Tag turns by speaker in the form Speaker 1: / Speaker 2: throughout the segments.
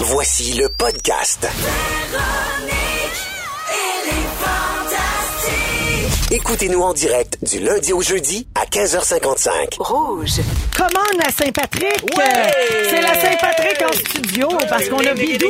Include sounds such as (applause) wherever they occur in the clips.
Speaker 1: Voici le podcast. Écoutez-nous en direct du lundi au jeudi à 15h55.
Speaker 2: Rouge.
Speaker 3: Commande la Saint-Patrick! C'est la Saint-Patrick en studio parce qu'on a Bidou.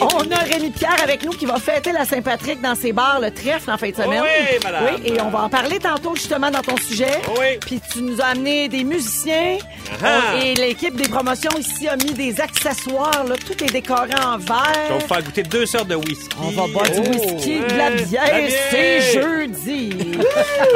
Speaker 3: On a Rémi Pierre avec nous qui va fêter la Saint-Patrick dans ses bars, le trèfle en fin de semaine.
Speaker 4: Oui, madame.
Speaker 3: Oui, et on va en parler tantôt justement dans ton sujet.
Speaker 4: Oui.
Speaker 3: Puis tu nous as amené des musiciens
Speaker 4: Ah-ha.
Speaker 3: On- et l'équipe des promotions ici a mis des accessoires. Là. Tout est décoré en
Speaker 4: On va
Speaker 3: verre.
Speaker 4: vous faire goûter deux sortes de whisky.
Speaker 3: On va boire du
Speaker 4: Oh,
Speaker 3: whisky, de la
Speaker 4: ouais,
Speaker 3: bière, c'est jeudi.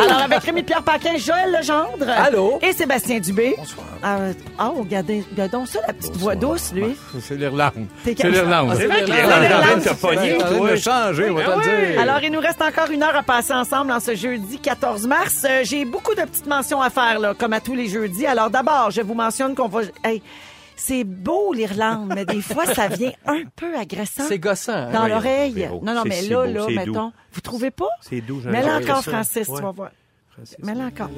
Speaker 3: Alors, avec Rémi-Pierre Paquin, Joël Legendre.
Speaker 5: Allô.
Speaker 3: Et Sébastien Dubé. Bonsoir. Ah, oh, regardez, regardons ça, la petite voix douce, lui.
Speaker 5: C'est l'Irlande.
Speaker 3: T'es
Speaker 5: C'est l'Irlande.
Speaker 6: Ah,
Speaker 3: calme.
Speaker 4: C'est vrai que
Speaker 3: l'Irlande
Speaker 4: l'Irlande est en train de
Speaker 3: c'est
Speaker 4: te pogner,
Speaker 5: Ça
Speaker 4: toi.
Speaker 5: va changer, on
Speaker 6: Ben
Speaker 5: va te le dire.
Speaker 3: Alors, il nous reste encore une heure à passer ensemble en ce jeudi 14 mars. Euh, J'ai beaucoup de petites mentions à faire, là, comme à tous les jeudis. Alors, d'abord, je vous mentionne qu'on va... Hey, c'est beau, l'Irlande, mais des fois, ça vient un peu agressant.
Speaker 5: C'est gossant. hein?
Speaker 3: Dans
Speaker 4: Voyons,
Speaker 3: l'oreille.
Speaker 4: Véro,
Speaker 3: Non, non,
Speaker 4: c'est
Speaker 3: mais
Speaker 4: si
Speaker 3: là,
Speaker 4: beau,
Speaker 3: là,
Speaker 4: c'est
Speaker 3: mettons.
Speaker 4: doux.
Speaker 3: Vous trouvez pas?
Speaker 4: C'est doux, j'en
Speaker 3: Mets-la
Speaker 4: ai
Speaker 3: encore,
Speaker 4: ça.
Speaker 3: Francis,
Speaker 4: Ouais.
Speaker 3: tu vas voir. Mets-la encore.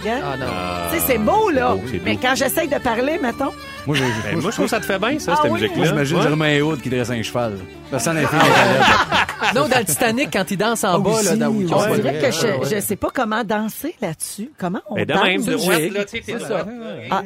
Speaker 3: Regarde.
Speaker 5: Ah non.
Speaker 3: Tu sais, c'est beau, là.
Speaker 4: c'est beau, c'est
Speaker 3: mais
Speaker 4: beau.
Speaker 3: quand j'essaye de parler, mettons.
Speaker 5: Moi, j'ai-
Speaker 4: Ben, moi, je trouve que ça te fait bien, ça,
Speaker 3: Ah
Speaker 4: cette
Speaker 3: oui?
Speaker 4: musique-là.
Speaker 5: Moi, j'imagine
Speaker 4: Ouais.
Speaker 5: Germain Aude qui dresse un cheval. Personne
Speaker 6: Ah,
Speaker 5: n'a fait un
Speaker 4: Ah.
Speaker 7: Non, dans le Titanic, quand il danse en bas, là, dans
Speaker 5: oui,
Speaker 7: Wicked.
Speaker 3: on
Speaker 5: ouais,
Speaker 3: dirait
Speaker 5: ouais,
Speaker 3: que
Speaker 5: ouais,
Speaker 3: je,
Speaker 5: ouais.
Speaker 3: je sais pas comment danser là-dessus. Comment on
Speaker 4: Ben, hein, de
Speaker 3: danse?
Speaker 4: même, de droite,
Speaker 7: jig.
Speaker 4: là, tu sais, t'es
Speaker 7: ça.
Speaker 3: Ah,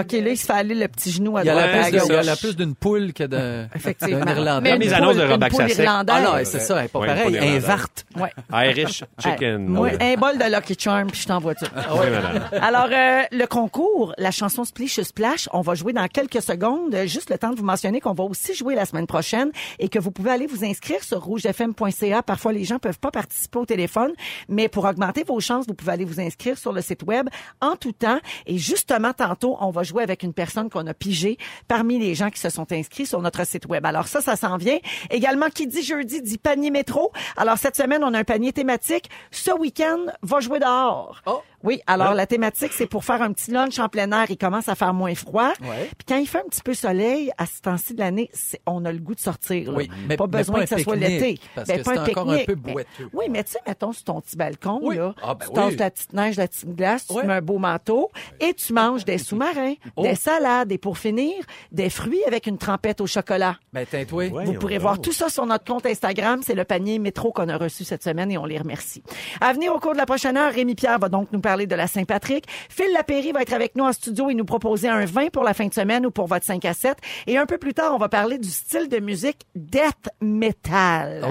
Speaker 3: OK, là, il se fait aller le petit genou à
Speaker 7: Il y a
Speaker 3: droite.
Speaker 7: la
Speaker 3: à
Speaker 7: plus, de-
Speaker 3: gauche.
Speaker 7: il y a la plus d'une poule que d'un
Speaker 3: Effectivement.
Speaker 7: d'un Irlandais.
Speaker 3: Mais
Speaker 4: Comme
Speaker 3: une
Speaker 4: les annonces de
Speaker 3: poule-
Speaker 4: Robac
Speaker 3: une poule
Speaker 4: Sassek.
Speaker 3: irlandaise.
Speaker 7: Ah non, c'est ça, elle est pas
Speaker 4: Ouais,
Speaker 7: pareil.
Speaker 4: pas
Speaker 7: Un
Speaker 4: d'Irlandais.
Speaker 7: varte.
Speaker 3: Ouais.
Speaker 4: Irish chicken.
Speaker 3: Hey, moi,
Speaker 4: Ouais.
Speaker 3: un bol de Lucky Charm, puis je t'envoie ça.
Speaker 4: Ouais, madame.
Speaker 3: Alors, euh, le concours, la chanson Splish Splash, on va jouer dans quelques secondes. Juste le temps de vous mentionner qu'on va aussi jouer la semaine prochaine et que vous pouvez aller vous inscrire sur rougefm.ca. Parfois, les gens peuvent pas participer au téléphone, mais pour augmenter vos chances, vous pouvez aller vous inscrire sur le site web en tout temps. Et justement, tantôt, on va jouer avec une personne qu'on a pigée parmi les gens qui se sont inscrits sur notre site web. Alors ça, ça s'en vient. Également, qui dit jeudi, dit panier métro. Alors cette semaine, on a un panier thématique. Ce week-end, va jouer dehors.
Speaker 7: Oh.
Speaker 3: Oui, alors la thématique, c'est pour faire un petit lunch en plein air. Il commence à faire moins froid.
Speaker 7: Ouais.
Speaker 3: Puis quand il fait un petit peu soleil, à ce temps-ci de l'année, c'est- on a le goût de sortir. là.
Speaker 7: Oui, mais-
Speaker 3: pas
Speaker 7: mais
Speaker 3: besoin
Speaker 7: pas un
Speaker 3: que ce soit
Speaker 7: pique-nique,
Speaker 3: l'été.
Speaker 7: parce
Speaker 3: Ben,
Speaker 7: que
Speaker 3: pas
Speaker 7: c'est encore un
Speaker 3: pique-nique.
Speaker 7: peu
Speaker 3: Mais-
Speaker 7: boiteux.
Speaker 3: oui, mais tu sais, mettons sur ton petit balcon,
Speaker 7: Oui.
Speaker 3: là,
Speaker 7: Ah, ben
Speaker 3: tu tasses
Speaker 7: oui.
Speaker 3: la petite neige, la petite glace, tu
Speaker 7: Ouais. Oh.
Speaker 3: mets un beau manteau et tu manges des sous-marins, des salades et pour finir, des fruits avec une trempette au chocolat.
Speaker 7: Ben, teint-toi.
Speaker 4: Ouais.
Speaker 3: Vous
Speaker 4: Voyons
Speaker 3: pourrez
Speaker 4: donc.
Speaker 3: voir tout ça sur notre compte Instagram. C'est le panier métro qu'on a reçu cette semaine et on les remercie. À venir au cours de la prochaine heure, Rémi Pierre va donc nous parler de la Saint-Patrick. Phil Lapéry va être avec nous en studio et nous proposer un vin pour la fin de semaine ou pour votre 5 à 7. Et un peu plus tard, on va parler du style de musique death metal.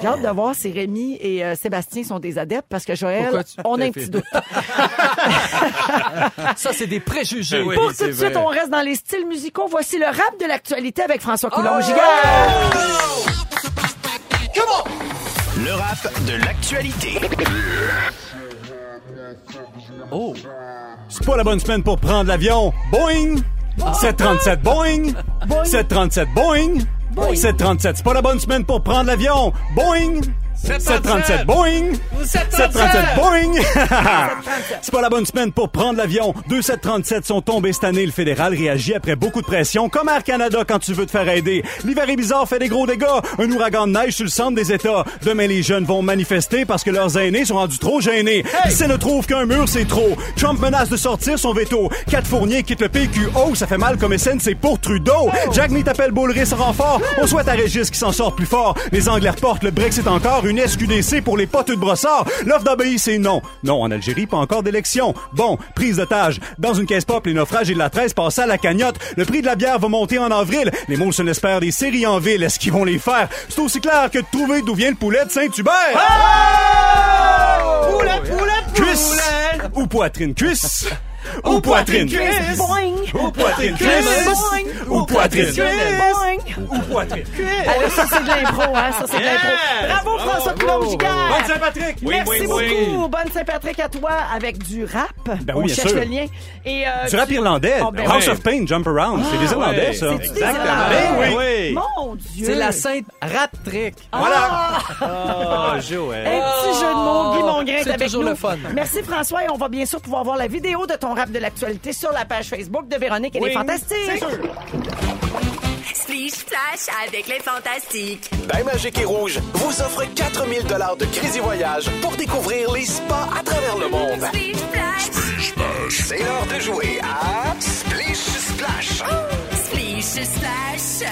Speaker 3: J'ai hâte de voir si Rémi et euh, Sébastien sont des adeptes parce que Joël,
Speaker 7: Pourquoi tu-
Speaker 3: on a un
Speaker 7: t'as
Speaker 3: petit
Speaker 7: fait- (laughs)
Speaker 3: doute.
Speaker 7: Ah, Ça, c'est des préjugés.
Speaker 4: Ben
Speaker 3: Pour tout de suite, on reste dans les styles musicaux. Voici le rap de l'actualité avec François
Speaker 7: Ah!
Speaker 3: Coulon-Gigard.
Speaker 8: Le rap de l'actualité.
Speaker 7: Oh,
Speaker 6: C'est pas la bonne semaine pour prendre l'avion. Boeing!
Speaker 5: Ah.
Speaker 6: 737 Boeing! 737 Boeing! 737, c'est pas la bonne semaine pour prendre l'avion. Boeing! 737 Boeing! 737 (laughs) Boeing! c'est pas la bonne semaine pour prendre l'avion. Deux 737 sont tombés cette année. Le fédéral réagit après beaucoup de pression, comme Air Canada quand tu veux te faire aider. L'hiver est bizarre fait des gros dégâts. Un ouragan de neige sur le centre des États. Demain, les jeunes vont manifester parce que leurs aînés sont rendus trop gênés. Si ça ne trouve qu'un mur, c'est trop. Trump menace de sortir son veto. Quatre fourniers quittent le PQ. Oh, ça fait mal comme SN, c'est pour Trudeau. Jack Meat appelle Boulris en renfort. On souhaite à Régis qui s'en sort plus fort. Les Anglais reportent le Brexit encore. Une SQDC pour les potes de brossard. L'offre d'obéir, c'est non. Non, en Algérie, pas encore d'élection. Bon, prise d'otage. Dans une caisse pop, les naufrages et de la tresse passent à la cagnotte. Le prix de la bière va monter en avril. Les moules se l'espèrent des séries en ville. Est-ce qu'ils vont les faire? C'est aussi clair que de trouver d'où vient le poulet de Saint-Hubert. Cuisse ou poitrine cuisse ou poitrine cuisse
Speaker 3: Boing.
Speaker 6: ou poitrine cuisse ou poitrine ou poitrine.
Speaker 3: hein. Alors, ça, c'est de l'impro, hein? Ça, c'est de l'impro. Bravo, François Coulombe-Gigard!
Speaker 6: Bonne Saint-Patrick.
Speaker 3: Merci beaucoup! Bonne Saint-Patrick à toi avec du rap.
Speaker 6: Ben oui,
Speaker 3: On
Speaker 6: bien
Speaker 3: cherche
Speaker 6: sûr.
Speaker 3: le lien. Et, euh,
Speaker 6: Du rap irlandais,
Speaker 3: Oh, ben
Speaker 6: House
Speaker 4: ouais.
Speaker 6: of Pain, Jump Around, c'est Ah, des Irlandais ça.
Speaker 3: tu dis
Speaker 4: Exactement.
Speaker 3: ça.
Speaker 6: Ben oui.
Speaker 3: Mon Dieu!
Speaker 7: c'est la sainte rat trick.
Speaker 6: Ah! Voilà.
Speaker 4: Ah, Joël.
Speaker 3: Un petit jeu de mots, Guy Mongrain est
Speaker 7: C'est
Speaker 3: avec
Speaker 7: toujours
Speaker 3: nous.
Speaker 7: le fun.
Speaker 3: Merci François et on va bien sûr pouvoir voir la vidéo de ton rap de l'actualité sur la page Facebook de Véronique. Elle est fantastique.
Speaker 2: Splish Splash avec les fantastiques.
Speaker 8: Bain Magique Ben, et Rouge vous offre 4000 dollars de crédit voyage pour découvrir les spas à travers le monde.
Speaker 2: Splish Splash.
Speaker 8: C'est l'heure de jouer à Splish Splash.
Speaker 2: Splish Splash. Splash!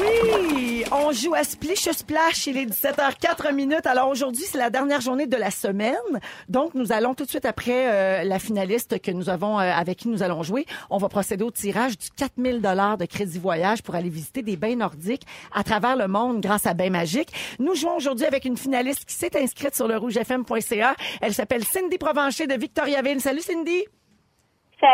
Speaker 3: Oui, on joue à Splish Splash. Il est 17h04 minutes. Alors aujourd'hui, c'est la dernière journée de la semaine. Donc, nous allons tout de suite après euh, la finaliste que nous avons, euh, avec qui nous allons jouer, on va procéder au tirage du 4000 dollars de crédit voyage pour aller visiter des bains nordiques à travers le monde grâce à Bains Magiques. Nous jouons aujourd'hui avec une finaliste qui s'est inscrite sur le rougefm.ca. Elle s'appelle Cindy Provencher de Victoriaville. Salut Cindy.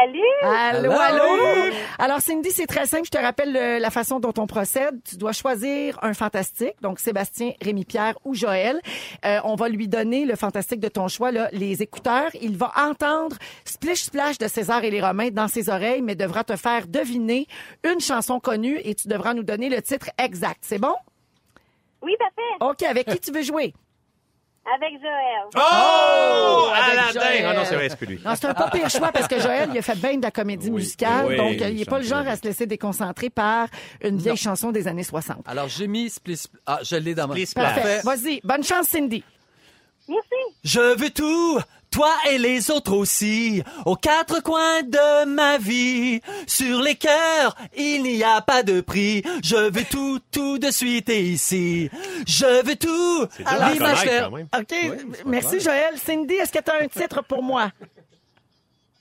Speaker 9: Salut!
Speaker 3: Allô,
Speaker 7: Allô?
Speaker 3: allô? Alors, Cindy, c'est très simple. Je te rappelle le- la façon dont on procède. Tu dois choisir un fantastique, donc Sébastien, Rémi-Pierre ou Joël. Euh, on va lui donner le fantastique de ton choix, là, les écouteurs. Il va entendre Splish Splash de César et les Romains dans ses oreilles, mais devra te faire deviner une chanson connue et tu devras nous donner le titre exact. C'est bon?
Speaker 9: Oui, parfait.
Speaker 3: OK, avec qui tu veux jouer?
Speaker 9: Avec Joël.
Speaker 4: Oh!
Speaker 3: Avec
Speaker 4: Aladdin!
Speaker 3: Joël.
Speaker 4: Ah non, c'est vrai, c'est que lui.
Speaker 3: Non, c'est un pas pire choix parce que Joël, il a fait bien de la comédie musicale,
Speaker 4: oui,
Speaker 3: donc euh, il
Speaker 5: il
Speaker 3: n'est pas le
Speaker 5: chante
Speaker 3: genre à se laisser déconcentrer par une vieille chanson des années 60.
Speaker 7: Alors, j'ai mis Splish... Ah, je l'ai dans ma...
Speaker 4: Split Splash.
Speaker 3: Parfait. Vas-y, bonne chance, Cindy.
Speaker 9: Merci.
Speaker 7: Je veux tout, toi et les autres aussi, aux quatre coins de ma vie. Sur les cœurs, il n'y a pas de prix. Je veux tout, tout de suite et ici. Je veux tout.
Speaker 4: dur à reconnaître, quand même.
Speaker 3: OK. Merci, Joël. Cindy, est-ce que tu as un titre pour moi?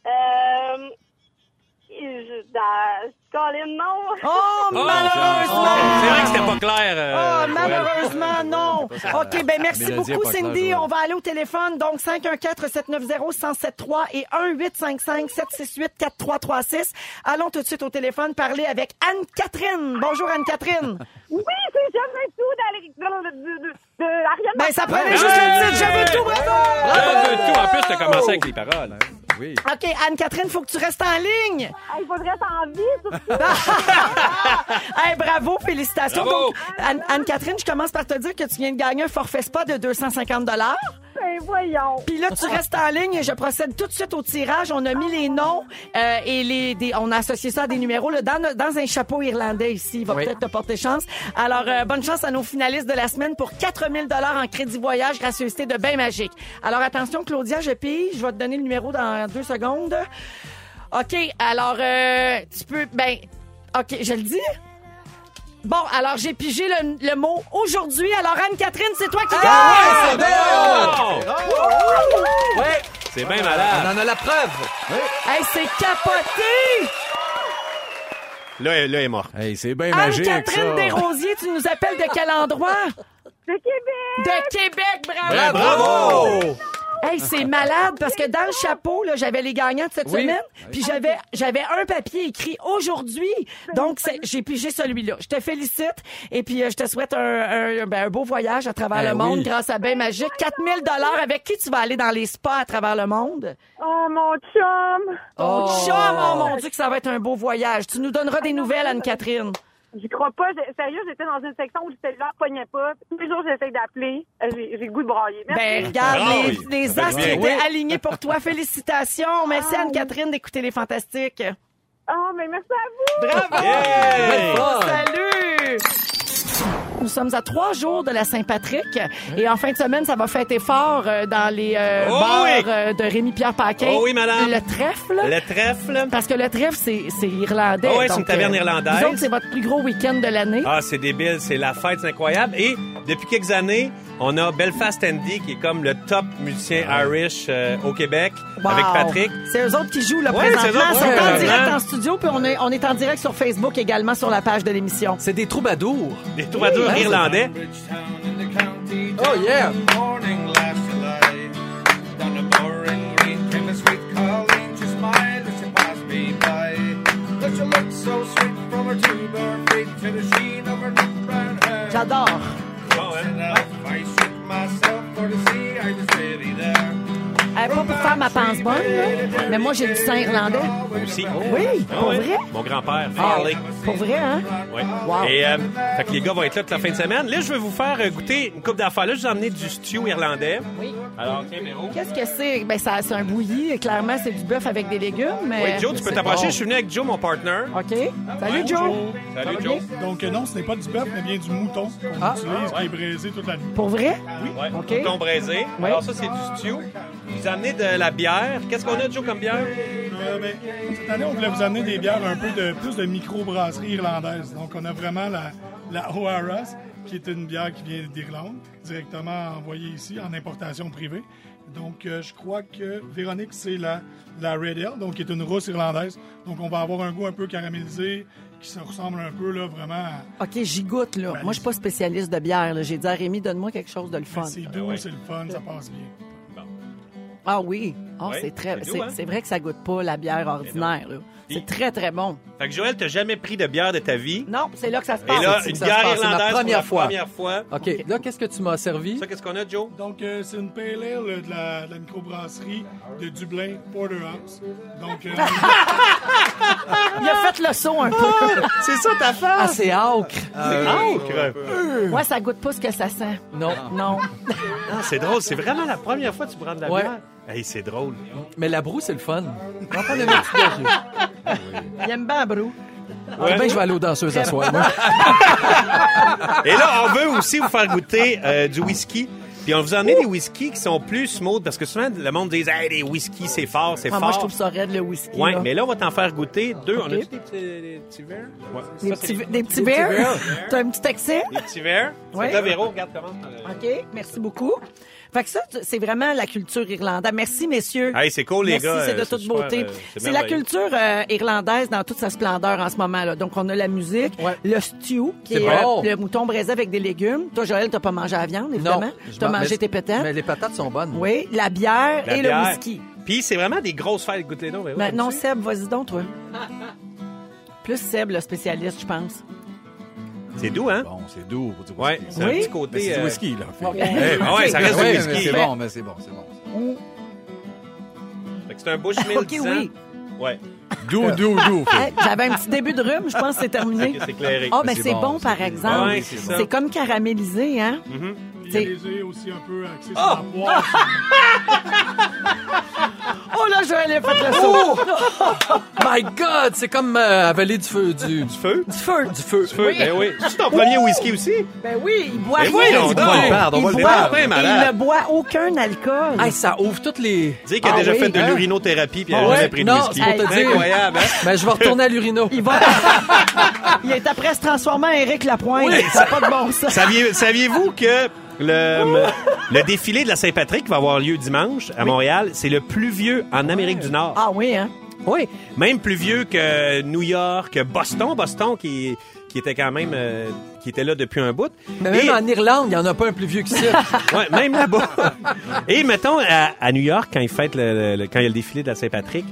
Speaker 9: Euh, je, dans- Colin, non.
Speaker 3: Oh, malheureusement!
Speaker 4: C'est vrai que c'était pas clair. euh,
Speaker 3: Oh,
Speaker 4: Joël.
Speaker 3: malheureusement, non. OK, ben merci
Speaker 5: Mélodie
Speaker 3: beaucoup,
Speaker 5: est pas claire,
Speaker 3: Cindy.
Speaker 5: Joël.
Speaker 3: On va aller au téléphone. Donc, 514-790-1073 et 1-855-768-4336. Allons tout de suite au téléphone parler avec Anne-Catherine. Bonjour, Anne-Catherine.
Speaker 9: Oui, c'est Je veux tout dans les- dans le- de, de, de Ariane
Speaker 3: Ben, ça prenait
Speaker 9: Martin.
Speaker 3: juste le titre. Je veux tout, bravo!
Speaker 4: Je veux tout. En plus, t'as commencé avec les paroles. hein.
Speaker 5: Oui.
Speaker 3: OK, Anne-Catherine, faut que tu restes en ligne. (laughs)
Speaker 9: Ah, Il faudrait être en vie, surtout.
Speaker 3: Hey, bravo, félicitations.
Speaker 4: Bravo.
Speaker 3: Donc, Anne- Anne-Catherine, je commence par te dire que tu viens de gagner un forfait spa de 250
Speaker 9: Ben, voyons.
Speaker 3: Puis là, tu restes en ligne et je procède tout de suite au tirage. On a mis les noms euh, et les, des- on a associé ça à des numéros là, dans, no- dans un chapeau irlandais ici. Il va
Speaker 7: Oui.
Speaker 3: peut-être te porter chance. Alors, euh, bonne chance à nos finalistes de la semaine pour 4000 dollars en crédit voyage, gracieuseté de bain magique. Alors, attention, Claudia, je pige. Je vais te donner le numéro dans deux secondes. OK, alors, euh, tu peux... Ben, OK, je le dis Bon, alors j'ai pigé le, le mot aujourd'hui. Alors Anne-Catherine, c'est toi qui
Speaker 7: Ah
Speaker 3: gagne. Ah, ben
Speaker 4: Oh!
Speaker 7: Ouais,
Speaker 4: C'est bien
Speaker 7: on
Speaker 4: malade.
Speaker 7: en a la preuve.
Speaker 3: Hey, c'est capoté!
Speaker 4: Là, elle là, elle est morte.
Speaker 5: Hey, c'est bien magique, ça.
Speaker 3: Anne-Catherine Desrosiers, tu nous appelles de quel endroit?
Speaker 9: De Québec.
Speaker 3: De Québec, bravo!
Speaker 4: Bravo!
Speaker 3: Hey, c'est malade parce que dans le chapeau, là, j'avais les gagnants de cette
Speaker 7: Oui.
Speaker 3: semaine, puis j'avais j'avais un papier écrit aujourd'hui. Donc c'est- j'ai pigé celui-là. Je te félicite et puis euh, je te souhaite un, un- ben, un beau voyage à travers
Speaker 7: Eh
Speaker 3: le monde
Speaker 7: oui.
Speaker 3: grâce à Bain Magique. 4000 dollars avec qui tu vas aller dans les spas à travers le monde?
Speaker 9: Oh, mon chum.
Speaker 3: Mon chum, oh mon Dieu, que ça va être un beau voyage. Tu nous donneras des nouvelles, Anne-Catherine.
Speaker 9: J'y crois pas. J'ai- Sérieux, j'étais dans une section où le cellulaire pognait pas. Tous les jours, j'essaie d'appeler. Euh, J'ai j'ai le goût de brailler. Merci.
Speaker 3: Ben, regarde,
Speaker 4: Ah
Speaker 3: les,
Speaker 4: oui,
Speaker 3: les
Speaker 4: ça fait
Speaker 3: astres
Speaker 4: du bien.
Speaker 3: étaient alignés pour
Speaker 4: (laughs)
Speaker 3: toi. Félicitations. Merci, Anne-Catherine, d'écouter les fantastiques.
Speaker 9: Oh, mais merci à vous.
Speaker 3: Bravo!
Speaker 4: Hey!
Speaker 7: Bravo.
Speaker 3: Salut! Nous sommes à trois jours de la Saint-Patrick et en fin de semaine, ça va fêter fort euh, dans les euh,
Speaker 4: Oh
Speaker 3: bars
Speaker 4: oui!
Speaker 3: euh, de Rémi-Pierre Paquin.
Speaker 4: Oh oui, madame.
Speaker 3: Le trèfle.
Speaker 4: Le trèfle.
Speaker 3: Parce que le trèfle, c'est c'est irlandais.
Speaker 4: Ah ouais, c'est
Speaker 3: donc,
Speaker 4: une taverne
Speaker 3: euh,
Speaker 4: irlandaise.
Speaker 3: Disons que c'est votre plus gros week-end de l'année.
Speaker 4: Ah, c'est débile, c'est la fête, c'est incroyable. Et depuis quelques années, on a Belfast Andy, qui est comme le top musicien Irish euh, au Québec,
Speaker 3: Wow.
Speaker 4: avec Patrick.
Speaker 3: C'est eux autres qui jouent là,
Speaker 4: Ouais, c'est eux
Speaker 3: présentement. Ils
Speaker 4: autres,
Speaker 3: sont
Speaker 4: ouais,
Speaker 3: en
Speaker 4: présentement.
Speaker 3: direct en studio, puis on est, on est en direct sur Facebook également sur la page de l'émission.
Speaker 7: C'est des troubadours.
Speaker 4: Des troubadours
Speaker 7: Oui.
Speaker 4: irlandais.
Speaker 7: Oh yeah.
Speaker 3: J'adore. Eh, pas pour faire ma pense bonne, là, mais moi j'ai du sang irlandais.
Speaker 4: Aussi.
Speaker 3: Oui,
Speaker 4: Ah
Speaker 3: pour
Speaker 4: ouais.
Speaker 3: vrai.
Speaker 4: Mon grand-père,
Speaker 3: Ah,
Speaker 4: Farley.
Speaker 3: Pour vrai, hein?
Speaker 4: Ouais.
Speaker 3: Wow.
Speaker 4: Et euh, fait que les gars vont être là toute la fin de semaine. Là, je vais vous faire euh, goûter une coupe d'affaires. Là, je vous ai emmené du stew irlandais.
Speaker 3: Oui.
Speaker 4: Alors, tiens, Véro.
Speaker 3: Qu'est-ce que c'est? Ben, ça, c'est un bouilli. et Clairement, c'est du bœuf avec des légumes. Mais
Speaker 4: Oui, Joe, tu peux
Speaker 3: c'est
Speaker 4: t'approcher.
Speaker 3: bon.
Speaker 4: Je suis venu avec Joe, mon partner.
Speaker 3: OK. Salut, Joe.
Speaker 4: Salut,
Speaker 3: va
Speaker 4: Joe.
Speaker 10: Donc euh, non, ce n'est pas du bœuf, mais bien du mouton qu'on
Speaker 7: Ah.
Speaker 10: utilise, qui est braisé toute la nuit.
Speaker 3: Pour vrai?
Speaker 4: Ouais.
Speaker 3: OK.
Speaker 4: Mouton braisé.
Speaker 3: Oui.
Speaker 4: Alors, ça, c'est du stew. Je vous ai amené de la bière. Qu'est-ce qu'on a, Joe, comme bière?
Speaker 10: Euh, Euh, ben, cette année, on voulait vous amener des bières un peu de plus de microbrasserie irlandaise. Donc, on a vraiment la, la O'Hara's, qui est une bière qui vient d'Irlande, directement envoyée ici en importation privée. Donc, euh, je crois que Véronique, c'est la, la Red Ale, donc qui est une rousse irlandaise. Donc, on va avoir un goût un peu caramélisé, qui se ressemble un peu, là, vraiment à,
Speaker 3: OK, j'y goûte, là.
Speaker 10: Ben,
Speaker 3: Moi, je suis pas spécialiste de bière. là. J'ai dit à Rémi, donne-moi quelque chose de le fun.
Speaker 10: C'est doux, c'est le fun, ça passe bien.
Speaker 3: Ah oui. Ah,
Speaker 4: Ouais,
Speaker 3: c'est très.
Speaker 4: c'est
Speaker 3: C'est
Speaker 4: doux, hein?
Speaker 3: c'est vrai que ça goûte pas la bière ordinaire, là. C'est très, très bon.
Speaker 4: Fait que Joël, t'as jamais pris de bière de ta vie.
Speaker 3: Non, c'est là que ça se passe.
Speaker 4: Et là,
Speaker 3: Ah, C'est
Speaker 4: une
Speaker 3: que ça
Speaker 4: bière
Speaker 3: se passe.
Speaker 4: irlandaise
Speaker 3: C'est ma
Speaker 4: pour
Speaker 3: première
Speaker 4: la
Speaker 3: fois.
Speaker 4: première fois.
Speaker 7: OK, là, qu'est-ce que tu m'as servi?
Speaker 4: Ça, qu'est-ce qu'on a, Joe?
Speaker 10: Donc, euh, c'est une pale ale de la, de la microbrasserie de Dublin Porterhouse. Donc, euh,
Speaker 3: Il a fait le saut
Speaker 4: Ah!
Speaker 3: un peu.
Speaker 7: C'est ça ta femme?
Speaker 3: ah, c'est ocre.
Speaker 4: Creux.
Speaker 3: Moi, ça goûte pas ce que ça sent.
Speaker 7: Non,
Speaker 3: Non.
Speaker 4: Ah, c'est drôle. C'est vraiment la première fois que tu prends de la
Speaker 7: Ouais.
Speaker 4: bière. Hey, c'est drôle.
Speaker 7: mais la broue, c'est le fun.
Speaker 3: Il aime bien Brou.
Speaker 7: Ah ben, je vais aller aux danseuses à soir, moi.
Speaker 4: Et là, on veut aussi vous faire goûter euh, du whisky. Puis on vous en a des whisky qui sont plus smooth parce que souvent le monde dit hey, les whisky c'est fort, c'est
Speaker 3: Ah,
Speaker 4: fort.
Speaker 3: moi, je trouve ça raide, le whisky.
Speaker 4: Ouais,
Speaker 3: là.
Speaker 4: mais là on va t'en faire goûter deux. On a
Speaker 3: Ok.
Speaker 4: des petits, des petits verres. Ouais.
Speaker 3: Des
Speaker 4: Ça,
Speaker 3: petits,
Speaker 4: c'est-
Speaker 3: des petits verres.
Speaker 4: verres.
Speaker 3: (laughs) T'as un petit accès?
Speaker 4: des petits verres.
Speaker 3: Ouais.
Speaker 4: C'est là, Véro, regarde comment. euh,
Speaker 3: OK, merci beaucoup. Fait que ça, tu- c'est vraiment la culture irlandaise. Merci, messieurs.
Speaker 4: Hey, c'est cool, les
Speaker 3: Merci,
Speaker 4: gars.
Speaker 3: c'est de
Speaker 4: Euh,
Speaker 3: toute
Speaker 4: c'est
Speaker 3: beauté.
Speaker 4: super, euh, c'est
Speaker 3: c'est la
Speaker 4: merveilleux.
Speaker 3: culture euh, irlandaise dans toute sa splendeur en ce moment. là. Donc, on a la musique,
Speaker 7: Ouais.
Speaker 3: le stew, qui est,
Speaker 7: C'est bon.
Speaker 3: euh, le mouton braisé avec des légumes. Toi, Joël, t'as pas mangé la viande, évidemment.
Speaker 7: je
Speaker 3: T'as
Speaker 7: m'en-
Speaker 3: mangé
Speaker 7: mais-
Speaker 3: tes pétates.
Speaker 7: Mais les patates sont bonnes.
Speaker 3: Oui, la bière
Speaker 4: La
Speaker 3: et
Speaker 4: bière.
Speaker 3: le whisky. Ben,
Speaker 4: Puis c'est vraiment des grosses fêtes. Goûte les dons, Véro.
Speaker 3: Maintenant,
Speaker 4: Comme ça.
Speaker 3: Seb, vas-y
Speaker 7: (laughs)
Speaker 3: donc, toi. Plus Seb, le spécialiste, je pense.
Speaker 4: c'est doux, hein?
Speaker 5: Bon, c'est doux pour du whisky.
Speaker 4: Ouais, c'est
Speaker 3: Oui. Ben,
Speaker 4: un petit
Speaker 5: Mais
Speaker 4: côté.
Speaker 5: c'est
Speaker 4: euh,
Speaker 5: du whisky, là. fait.
Speaker 3: (laughs)
Speaker 4: eh, ben ouais, ça reste
Speaker 5: Ouais,
Speaker 4: du
Speaker 5: mais
Speaker 4: whisky.
Speaker 5: C'est bon, mais c'est bon, c'est bon.
Speaker 4: Fait que C'est un bushmill.
Speaker 3: OK,
Speaker 4: disant-
Speaker 3: oui.
Speaker 4: Ouais.
Speaker 5: Doux, doux, doux. fait.
Speaker 3: Hey, J'avais un petit début de rhume, je pense que c'est terminé.
Speaker 4: Ok, c'est éclairé.
Speaker 3: Ah, ben
Speaker 5: C'est
Speaker 3: c'est
Speaker 5: bon,
Speaker 3: bon,
Speaker 5: c'est
Speaker 3: par
Speaker 5: bon.
Speaker 3: exemple.
Speaker 4: Ouais, c'est ça.
Speaker 3: c'est comme caramélisé, hein?
Speaker 10: il y a
Speaker 3: T'sais-
Speaker 10: des œufs aussi un peu axés sur la poire.
Speaker 3: Oh là, Joël a fait le
Speaker 4: Oh!
Speaker 3: saut.
Speaker 7: (laughs) My God, c'est comme euh, avaler du feu, du, du
Speaker 4: Feu?
Speaker 7: du feu, du feu.
Speaker 4: Feu, ben oui. C'est ton premier whisky aussi?
Speaker 3: Ben oui, il boit
Speaker 4: Ben oui,
Speaker 3: rien.
Speaker 4: on
Speaker 3: il
Speaker 4: donne.
Speaker 3: boit-
Speaker 4: On le
Speaker 7: parle, on
Speaker 3: il
Speaker 7: va le
Speaker 3: boit-
Speaker 7: parle.
Speaker 4: Ben,
Speaker 3: Il
Speaker 4: malade.
Speaker 3: ne boit aucun alcool.
Speaker 4: Ah,
Speaker 7: Hey, ça ouvre toutes les.
Speaker 4: Dire qu'il a
Speaker 3: Ah
Speaker 4: déjà
Speaker 3: oui,
Speaker 4: fait de
Speaker 3: hein?
Speaker 4: l'urinothérapie puis il a
Speaker 7: Ah ouais?
Speaker 4: jamais pris de
Speaker 7: Non,
Speaker 4: whisky.
Speaker 7: c'est pour te dire.
Speaker 4: incroyable, hein?
Speaker 7: Ben, je vais retourner à l'urino.
Speaker 3: Il
Speaker 4: (laughs)
Speaker 3: va. il est après se transformer en Éric Lapointe. ça n'a pas de bon sens.
Speaker 4: Saviez- Saviez-vous que le, le défilé de la Saint-Patrick va avoir lieu dimanche à Montréal? C'est le plus vieux en Amérique du Nord.
Speaker 3: Ah oui, hein?
Speaker 7: Oui.
Speaker 4: Même plus vieux que New York, que Boston. Boston qui, qui était quand même... euh, qui était là depuis un bout.
Speaker 7: Mais Ben, même
Speaker 4: Et-
Speaker 7: en Irlande, il n'y en a pas un plus vieux que ça.
Speaker 4: (laughs) Ouais, même là-bas. Et mettons, à, à New York, quand, ils fêtent le, le- le- quand il y a le défilé de la Saint-Patrick,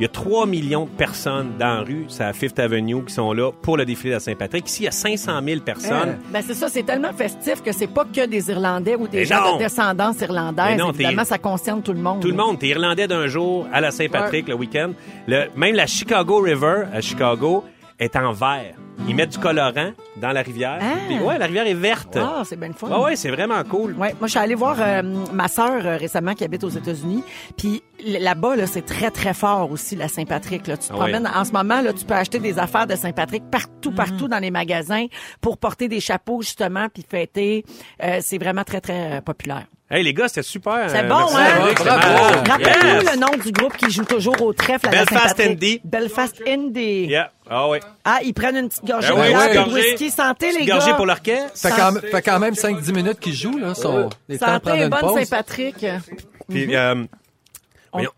Speaker 4: il y a 3 millions de personnes dans la rue, c'est à Fifth Avenue, qui sont là pour le défilé de la Saint-Patrick. Ici, il y a 500 000 personnes.
Speaker 3: Ben c'est ça, c'est tellement festif que c'est pas que des Irlandais ou des
Speaker 4: Mais
Speaker 3: gens
Speaker 4: non.
Speaker 3: de descendance irlandaise.
Speaker 4: Mais non, t'es-
Speaker 3: Évidemment, ça concerne tout le monde.
Speaker 4: Tout le monde, t'es Irlandais d'un jour à la Saint-Patrick le week-end. Le, même la Chicago River à Chicago est en vert. Ils mettent du colorant dans la rivière.
Speaker 3: Ah.
Speaker 4: Puis, ouais, la rivière est verte.
Speaker 3: Ah, c'est bien le fun.
Speaker 4: Ah ouais, c'est vraiment cool.
Speaker 3: Ouais, moi je suis allée voir euh, ma sœur euh, récemment qui habite aux États-Unis, puis l- là-bas là, c'est très très fort aussi la Saint-Patrick là, tu te
Speaker 4: Ah
Speaker 3: promènes en ce moment là, tu peux acheter des affaires de Saint-Patrick partout partout dans les magasins pour porter des chapeaux justement puis fêter, Euh, c'est vraiment très très euh, populaire.
Speaker 4: Hey, les gars, c'était super.
Speaker 3: C'est
Speaker 4: Euh,
Speaker 3: bon
Speaker 4: merci,
Speaker 3: hein.
Speaker 4: Véronique,
Speaker 7: Ouais,
Speaker 4: c'était
Speaker 7: bravo.
Speaker 4: malade.
Speaker 3: Rappelle-nous
Speaker 4: Yes.
Speaker 3: le nom du groupe qui joue toujours au trèfle à la
Speaker 4: Belfast
Speaker 3: Saint-Patrick.
Speaker 4: Indy.
Speaker 3: Belfast Indy.
Speaker 4: Yeah. Ah ouais.
Speaker 3: Ah, ils prennent une petite gorgée
Speaker 4: Ben oui,
Speaker 3: de bière,
Speaker 7: petite
Speaker 3: puis de
Speaker 4: gorgée.
Speaker 3: whisky santé les
Speaker 4: Petite gorgée
Speaker 3: gars.
Speaker 4: pour l'orchestre.
Speaker 7: Ça fait quand, fait quand même 5-10 minutes qu'ils jouent, là. Sont, les temps de prendre
Speaker 3: Santé
Speaker 7: une
Speaker 3: bonne
Speaker 7: pause.
Speaker 3: Saint-Patrick.
Speaker 4: Puis, euh, voyons.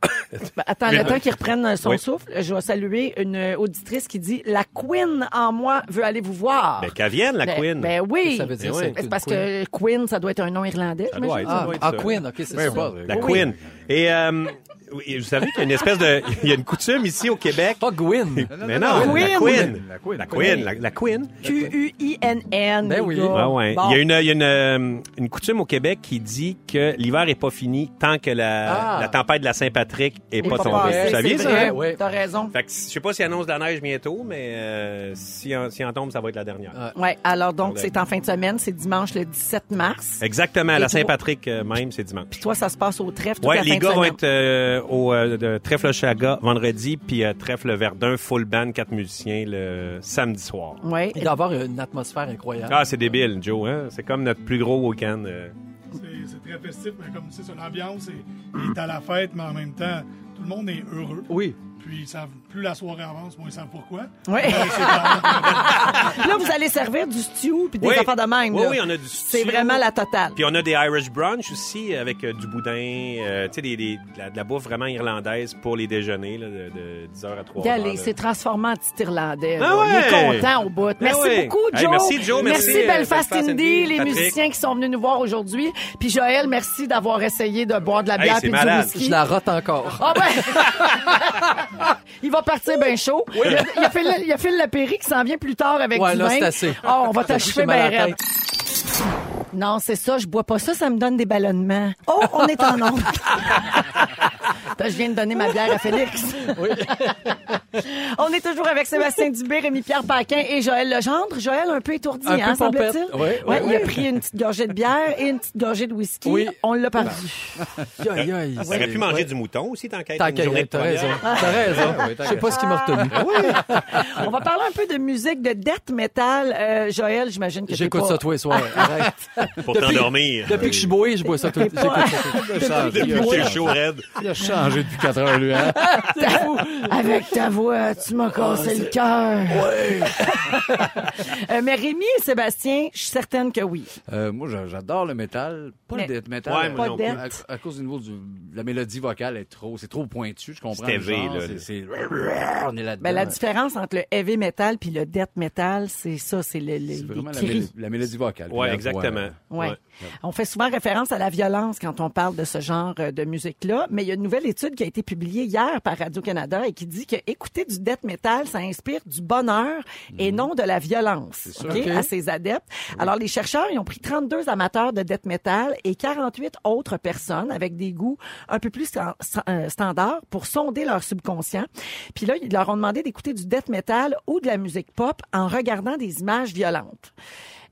Speaker 3: Ben, attends, le
Speaker 4: Mais-
Speaker 3: temps qu'il reprenne euh, son
Speaker 4: Oui.
Speaker 3: souffle, je vais saluer une euh, auditrice qui dit La Queen en moi veut aller vous voir.
Speaker 4: Ben, qu'elle vienne, la
Speaker 3: Ben-
Speaker 4: Queen.
Speaker 3: Ben oui.
Speaker 7: Ça veut dire
Speaker 4: Eh oui.
Speaker 7: c'est
Speaker 3: C'est
Speaker 7: une
Speaker 3: parce
Speaker 7: queen.
Speaker 3: que Queen, ça doit être un nom irlandais.
Speaker 4: Ça doit
Speaker 3: j'imagine.
Speaker 4: être, ça
Speaker 7: Ah,
Speaker 4: doit être
Speaker 7: ah,
Speaker 4: ça.
Speaker 7: Queen, ok, c'est
Speaker 5: Peu
Speaker 7: ça.
Speaker 5: importe.
Speaker 4: La Queen. Et euh, oui, vous savez qu'il y a une espèce de... Il y a une coutume ici au Québec.
Speaker 7: Pas
Speaker 4: (laughs)
Speaker 7: Gwyn.
Speaker 4: Mais Oh, non, la Queen.
Speaker 5: La Queen.
Speaker 4: La Queen. La, la Queen.
Speaker 3: Q-U-I-N-N.
Speaker 7: Ben
Speaker 3: les
Speaker 7: oui.
Speaker 3: gars.
Speaker 4: Ah ouais.
Speaker 3: Bon.
Speaker 4: Il y a, une, il y a une, euh, une coutume au Québec qui dit que l'hiver est pas fini tant que la,
Speaker 7: Ah.
Speaker 4: la tempête de la Saint-Patrick est
Speaker 3: Il est
Speaker 4: pas
Speaker 3: pas
Speaker 4: tombée.
Speaker 3: passé,
Speaker 4: Vous saviez
Speaker 3: c'est
Speaker 4: ça?
Speaker 3: vrai.
Speaker 4: hein?
Speaker 7: Ouais.
Speaker 3: T'as raison.
Speaker 4: Fait que, je sais pas s'il annonce de la neige bientôt, mais euh, si, en, si en tombe, ça va être la dernière.
Speaker 7: Ah.
Speaker 3: Ouais, alors donc,
Speaker 4: Correct.
Speaker 3: c'est en fin de semaine, c'est dimanche le 17 mars.
Speaker 4: Exactement. La
Speaker 3: Et toi-
Speaker 4: Saint-Patrick, euh, même, c'est dimanche.
Speaker 3: Puis toi, ça se passe au trèfle. toute
Speaker 4: Ouais,
Speaker 3: la fin
Speaker 4: les
Speaker 3: de
Speaker 4: gars vont
Speaker 3: semaine.
Speaker 4: être euh, au euh, de Trèfle Chaga vendredi, puis euh, Trèfle Verdun, full band, quatre musiciens le samedi soir.
Speaker 3: Ouais.
Speaker 7: Il doit avoir une atmosphère incroyable.
Speaker 4: Ah, c'est débile, Joe. Hein? C'est comme notre plus gros week-end. euh.
Speaker 10: C'est- C'est très festif, mais comme tu sais, sur l'ambiance, c'est- il est à la fête, mais en même temps, tout le monde est heureux.
Speaker 7: Oui.
Speaker 10: Puis ils savent, plus la soirée avance, moins ils savent pourquoi.
Speaker 3: Oui.
Speaker 4: Ah,
Speaker 10: Mais c'est
Speaker 3: (laughs)
Speaker 10: clair.
Speaker 3: là, vous allez servir du stew puis des
Speaker 4: Oui.
Speaker 3: affaires de même.
Speaker 4: Oui,
Speaker 3: là.
Speaker 4: oui, on a du
Speaker 3: C'est
Speaker 4: stew.
Speaker 3: vraiment la totale.
Speaker 4: Puis on a des Irish brunch aussi avec euh, du boudin, euh, tu sais, des- des- de, la- de la bouffe vraiment irlandaise pour les déjeuners là, de, 10h à 3h.
Speaker 11: Regardez, c'est transformant en petit Irlandais. là.
Speaker 4: Ah ouais!
Speaker 11: Il est content au bout.
Speaker 4: Ah
Speaker 11: merci
Speaker 4: ouais.
Speaker 11: beaucoup,
Speaker 4: Hey,
Speaker 11: Joe.
Speaker 4: merci, Joe. Merci, euh,
Speaker 11: Belfast
Speaker 4: Belfast
Speaker 11: Indy,
Speaker 4: Indy,
Speaker 11: les
Speaker 4: Patrick.
Speaker 11: musiciens qui sont venus nous voir aujourd'hui. Puis Joël, merci d'avoir essayé de boire de la
Speaker 7: Hey,
Speaker 11: bière
Speaker 7: c'est
Speaker 11: et du
Speaker 7: malade.
Speaker 11: whisky.
Speaker 7: Je la rote encore.
Speaker 11: Ah ben! (laughs) il va partir bien chaud. Il y a- Il y a Phil, il y a Phil Lapéry qui s'en vient plus tard avec
Speaker 7: Ouais,
Speaker 11: du
Speaker 7: là,
Speaker 11: vin.
Speaker 7: c'est assez.
Speaker 11: Ah, on va
Speaker 7: J'ai
Speaker 11: t'achever
Speaker 7: mal à
Speaker 11: bien
Speaker 7: la
Speaker 11: raide. Non, c'est ça, je bois pas ça, ça me donne des ballonnements. Oh, on est en
Speaker 7: (laughs)
Speaker 11: onde. Attends, je viens de donner ma bière à Félix. (laughs) on est toujours avec Sébastien Dubé, Rémi-Pierre Paquin et Joël Legendre. Joël, un peu étourdi,
Speaker 7: Un peu
Speaker 11: hein,
Speaker 7: pompette.
Speaker 11: semble-t-il?
Speaker 7: Oui, oui,
Speaker 11: Ouais, Il a
Speaker 7: oui.
Speaker 11: pris une petite gorgée de bière et une petite gorgée de whisky.
Speaker 7: Oui. Bah.
Speaker 11: On l'a perdu.
Speaker 7: Aïe, aïe,
Speaker 4: T'aurais
Speaker 7: c'est-
Speaker 4: pu manger
Speaker 7: ouais.
Speaker 4: du mouton aussi, tant qu'à être
Speaker 7: T'as
Speaker 4: une journée de
Speaker 7: t'as
Speaker 4: première.
Speaker 7: raison. T'as raison.
Speaker 4: Ah oui, t'as
Speaker 7: Je sais pas ce qui m'a retenu.
Speaker 11: On va parler un peu de musique, de death metal. Euh, Joël, j'imagine que t'es
Speaker 7: J'écoute
Speaker 11: pas-
Speaker 7: ça tous les soirs.
Speaker 4: Ah,
Speaker 7: Arrête.
Speaker 4: Pour
Speaker 7: Depuis-
Speaker 4: t'endormir.
Speaker 7: Depuis que je suis boé, je bois ça
Speaker 11: (laughs)
Speaker 7: tout
Speaker 11: T'es
Speaker 7: j'écoute ça
Speaker 11: pas-
Speaker 7: tout le temps.
Speaker 4: Depuis que t'es chaud, raide.
Speaker 5: Il a changé depuis 4 heures, lui, hein?
Speaker 11: Avec ta voix, tu m'as cassé le cœur.
Speaker 3: (laughs)
Speaker 11: Euh, mais Rémi et Sébastien, je suis certaine que oui.
Speaker 5: Euh, moi, j'a- j'adore le métal. Pas
Speaker 11: Mais-
Speaker 5: le death metal.
Speaker 4: Ouais, moi
Speaker 5: à-
Speaker 4: non
Speaker 11: plus.
Speaker 5: à, à cause du niveau du. La mélodie vocale est trop. C'est trop pointu, je comprends.
Speaker 4: C'est
Speaker 5: le genre,
Speaker 4: élevé, là.
Speaker 5: c'est- c'est- On est là-dedans.
Speaker 3: Ben, la différence entre le heavy metal puis le death metal, c'est ça, c'est le, le-
Speaker 5: C'est
Speaker 3: les
Speaker 5: vraiment la,
Speaker 3: cris.
Speaker 5: mél- la mélodie vocale. puis
Speaker 4: (laughs) Ouais,
Speaker 5: la euh,
Speaker 4: exactement.
Speaker 5: voix.
Speaker 3: Ouais.
Speaker 4: Ouais.
Speaker 3: On fait souvent référence à la violence quand on parle de ce genre euh, de musique-là, mais il y a une nouvelle étude qui a été publiée hier par Radio-Canada et qui dit que écouter du death metal, ça inspire du bonheur et non de la violence
Speaker 5: sûr.
Speaker 3: Mhm. OK,
Speaker 5: OK.
Speaker 3: à ses adeptes. Alors, les chercheurs, ils ont pris 32 amateurs de death metal et 48 autres personnes avec des goûts un peu plus stan- stan- euh, standards pour sonder leur subconscient. Puis là, ils leur ont demandé d'écouter du death metal ou de la musique pop en regardant des images violentes.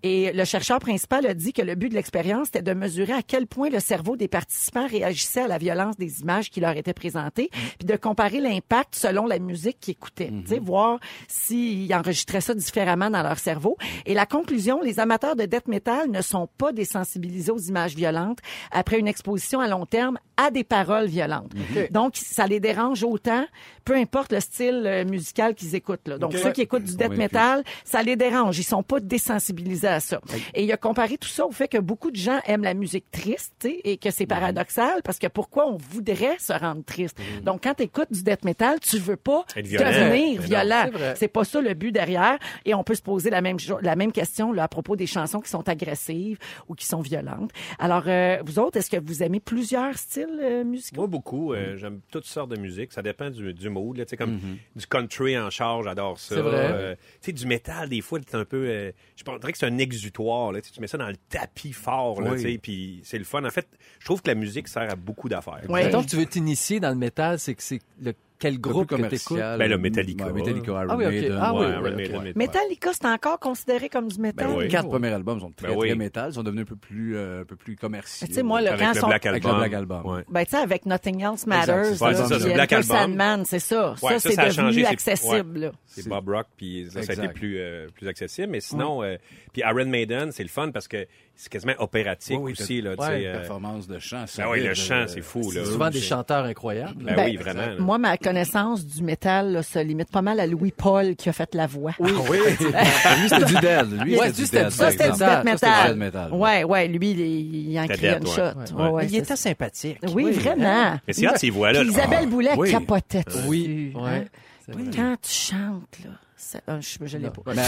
Speaker 3: Et le chercheur principal a dit que le but de l'expérience était de mesurer à quel point le cerveau des participants réagissait à la violence des images qui leur étaient présentées, puis de comparer l'impact selon la musique qu'ils écoutaient, tu sais, voir s'ils enregistraient ça différemment dans leur cerveau. Et la conclusion, les amateurs de death metal ne sont pas désensibilisés aux images violentes après une exposition à long terme à des paroles violentes.
Speaker 4: Mhm.
Speaker 3: Donc, ça les dérange autant, peu importe le style euh, musical qu'ils écoutent. là. Donc,
Speaker 10: Ok.
Speaker 3: ceux qui écoutent du death
Speaker 5: Convaincu.
Speaker 3: metal, ça les dérange. Ils sont pas désensibilisés à ça. Et il a comparé tout ça au fait que beaucoup de gens aiment la musique triste tu sais, et que
Speaker 4: Mhm.
Speaker 3: c'est paradoxal parce que pourquoi on voudrait se rendre triste? Donc, quand tu écoutes du death metal, tu veux pas
Speaker 4: Mhm. Être violent.
Speaker 3: devenir
Speaker 4: Mais non.
Speaker 3: violent.
Speaker 7: C'est vrai.
Speaker 3: C'est pas ça le but derrière. Et on peut se poser la même, jo- la même question là, à propos des chansons qui sont agressives ou qui sont violentes. Alors, euh, vous autres, est-ce que vous aimez plusieurs styles euh, musicaux?
Speaker 4: Moi, beaucoup.
Speaker 5: Mm.
Speaker 4: euh, J'aime toutes sortes de musique. Ça dépend du, du mood. Là, Tu sais, comme
Speaker 5: Mm-hmm.
Speaker 4: du country en charge, j'adore ça.
Speaker 7: C'est vrai.
Speaker 4: Euh, tu sais, du métal, des fois, c'est un peu... euh, je pense- on dirait que c'est un exutoire. Là, Tu sais, tu mets ça dans le tapis fort, là,
Speaker 5: Oui.
Speaker 4: tu sais, puis c'est le fun. En fait, je trouve que la musique sert à beaucoup d'affaires.
Speaker 3: Ouais.
Speaker 7: Mettons que tu veux t'initier dans le métal, c'est que c'est le quel
Speaker 5: Un peu
Speaker 7: groupe que t'écoutes.
Speaker 5: commercial.
Speaker 4: Ben, le Metallica.
Speaker 5: Ouais, Metallica, Iron
Speaker 7: Ah oui, ok.
Speaker 5: Maiden.
Speaker 7: Ah oui,
Speaker 5: ouais,
Speaker 7: oui,
Speaker 5: Iron
Speaker 7: ok.
Speaker 5: Maiden, Maiden.
Speaker 3: Metallica, c'est encore considéré comme du métal?
Speaker 4: Ben
Speaker 5: Les
Speaker 4: oui.
Speaker 5: quatre premiers albums sont très,
Speaker 4: Ben oui.
Speaker 5: très métal. Ils sont devenus un peu plus, euh, un peu plus commerciaux.
Speaker 3: Tu sais, moi, le
Speaker 4: Avec
Speaker 3: quand
Speaker 4: le
Speaker 3: son-
Speaker 4: Black
Speaker 5: Avec le
Speaker 4: Album.
Speaker 5: Black Album.
Speaker 4: Ouais.
Speaker 3: Ben, tu sais, avec Nothing Else Matters,
Speaker 5: Exact, c'est
Speaker 4: ça,
Speaker 3: là,
Speaker 4: c'est ça,
Speaker 3: puis
Speaker 4: le Black
Speaker 3: Enter
Speaker 4: Album.
Speaker 3: Sandman, c'est ça.
Speaker 4: Ouais,
Speaker 3: ça,
Speaker 4: ça,
Speaker 3: c'est
Speaker 4: ça a
Speaker 3: devenu
Speaker 4: changé, c'est-
Speaker 3: accessible. là.
Speaker 4: C'est Bob Rock, puis ça, ça a été
Speaker 5: Exact.
Speaker 4: plus, euh, plus accessible. Mais sinon, euh, puis Iron Maiden, c'est le fun parce que c'est quasiment opératique
Speaker 5: Oui, oui,
Speaker 4: aussi. Là, tu
Speaker 5: Ouais,
Speaker 4: sais,
Speaker 5: une
Speaker 4: euh,
Speaker 5: performance de chant.
Speaker 4: ben oui,
Speaker 5: solide,
Speaker 4: le chant,
Speaker 5: euh,
Speaker 4: c'est fou. Là.
Speaker 7: C'est souvent des chanteurs incroyables.
Speaker 4: Ben,
Speaker 3: Ben,
Speaker 4: oui, vraiment. là.
Speaker 3: Moi, ma connaissance du métal là, se limite pas mal à Louis-Paul qui a fait la voix.
Speaker 5: Ah oui. lui, c'était du dead. Lui,
Speaker 7: Ouais,
Speaker 5: c'était du
Speaker 7: lui, c'était
Speaker 5: dead.
Speaker 7: du-
Speaker 5: par
Speaker 3: Ça, c'était du
Speaker 5: exemple.
Speaker 3: death
Speaker 7: Ça, c'était
Speaker 5: du death
Speaker 3: metal.
Speaker 5: metal.
Speaker 3: Ouais, ouais, lui, il, il en
Speaker 4: C'était
Speaker 3: crée
Speaker 4: death,
Speaker 3: une
Speaker 4: ouais.
Speaker 3: shot.
Speaker 4: Ouais.
Speaker 3: Ouais, ouais,
Speaker 7: Il
Speaker 3: c'est
Speaker 7: était
Speaker 3: ça.
Speaker 7: sympathique.
Speaker 3: Oui, vraiment.
Speaker 4: Mais c'est hâte, ces voix-là.
Speaker 3: Puis
Speaker 4: là. Ah,
Speaker 3: Isabelle Boulet
Speaker 5: oui.
Speaker 3: capotait dessus.
Speaker 7: Oui, ouais.
Speaker 3: hein.
Speaker 7: C'est vrai.
Speaker 3: Quand tu chantes, là, ça- ah, je, je l'ai pas.
Speaker 5: Mais,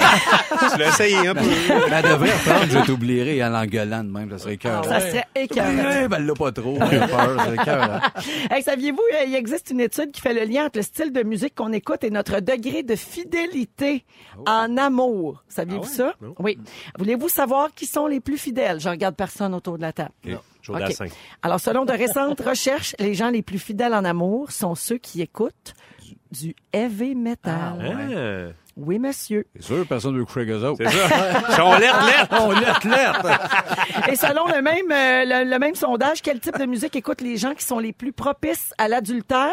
Speaker 4: Tu
Speaker 3: (laughs)
Speaker 4: l'as essayé hein, un peu.
Speaker 5: mais elle devrait
Speaker 6: (laughs)
Speaker 5: reprendre, je t'oublierai, en l'engueulant de même, ça serait cœur.
Speaker 3: Ça serait écœurant.
Speaker 6: Eh,
Speaker 5: Ben, elle l'a pas trop, elle a peur, ça serait (laughs) cœur.
Speaker 3: Hey, saviez-vous, euh, il existe une étude qui fait le lien entre le style de musique qu'on écoute et notre degré de fidélité en amour. Saviez-vous ça?
Speaker 4: Non.
Speaker 3: Oui. Voulez-vous savoir qui sont les plus fidèles? Je regarde personne autour de la table.
Speaker 4: Non. Je
Speaker 3: OK.
Speaker 4: regarde cinq.
Speaker 3: Alors, selon de récentes (laughs) recherches, les gens les plus fidèles en amour sont ceux qui écoutent du heavy metal.
Speaker 4: Ah,
Speaker 3: Oui, monsieur.
Speaker 5: C'est sûr, personne ne veut coucher avec eux autres. (laughs)
Speaker 4: c'est ça. Ils sont lettres, lettres.
Speaker 5: On l'être, l'être.
Speaker 3: Et selon le même, euh, le, le même sondage, quel type de musique écoutent les gens qui sont les plus propices à l'adultère?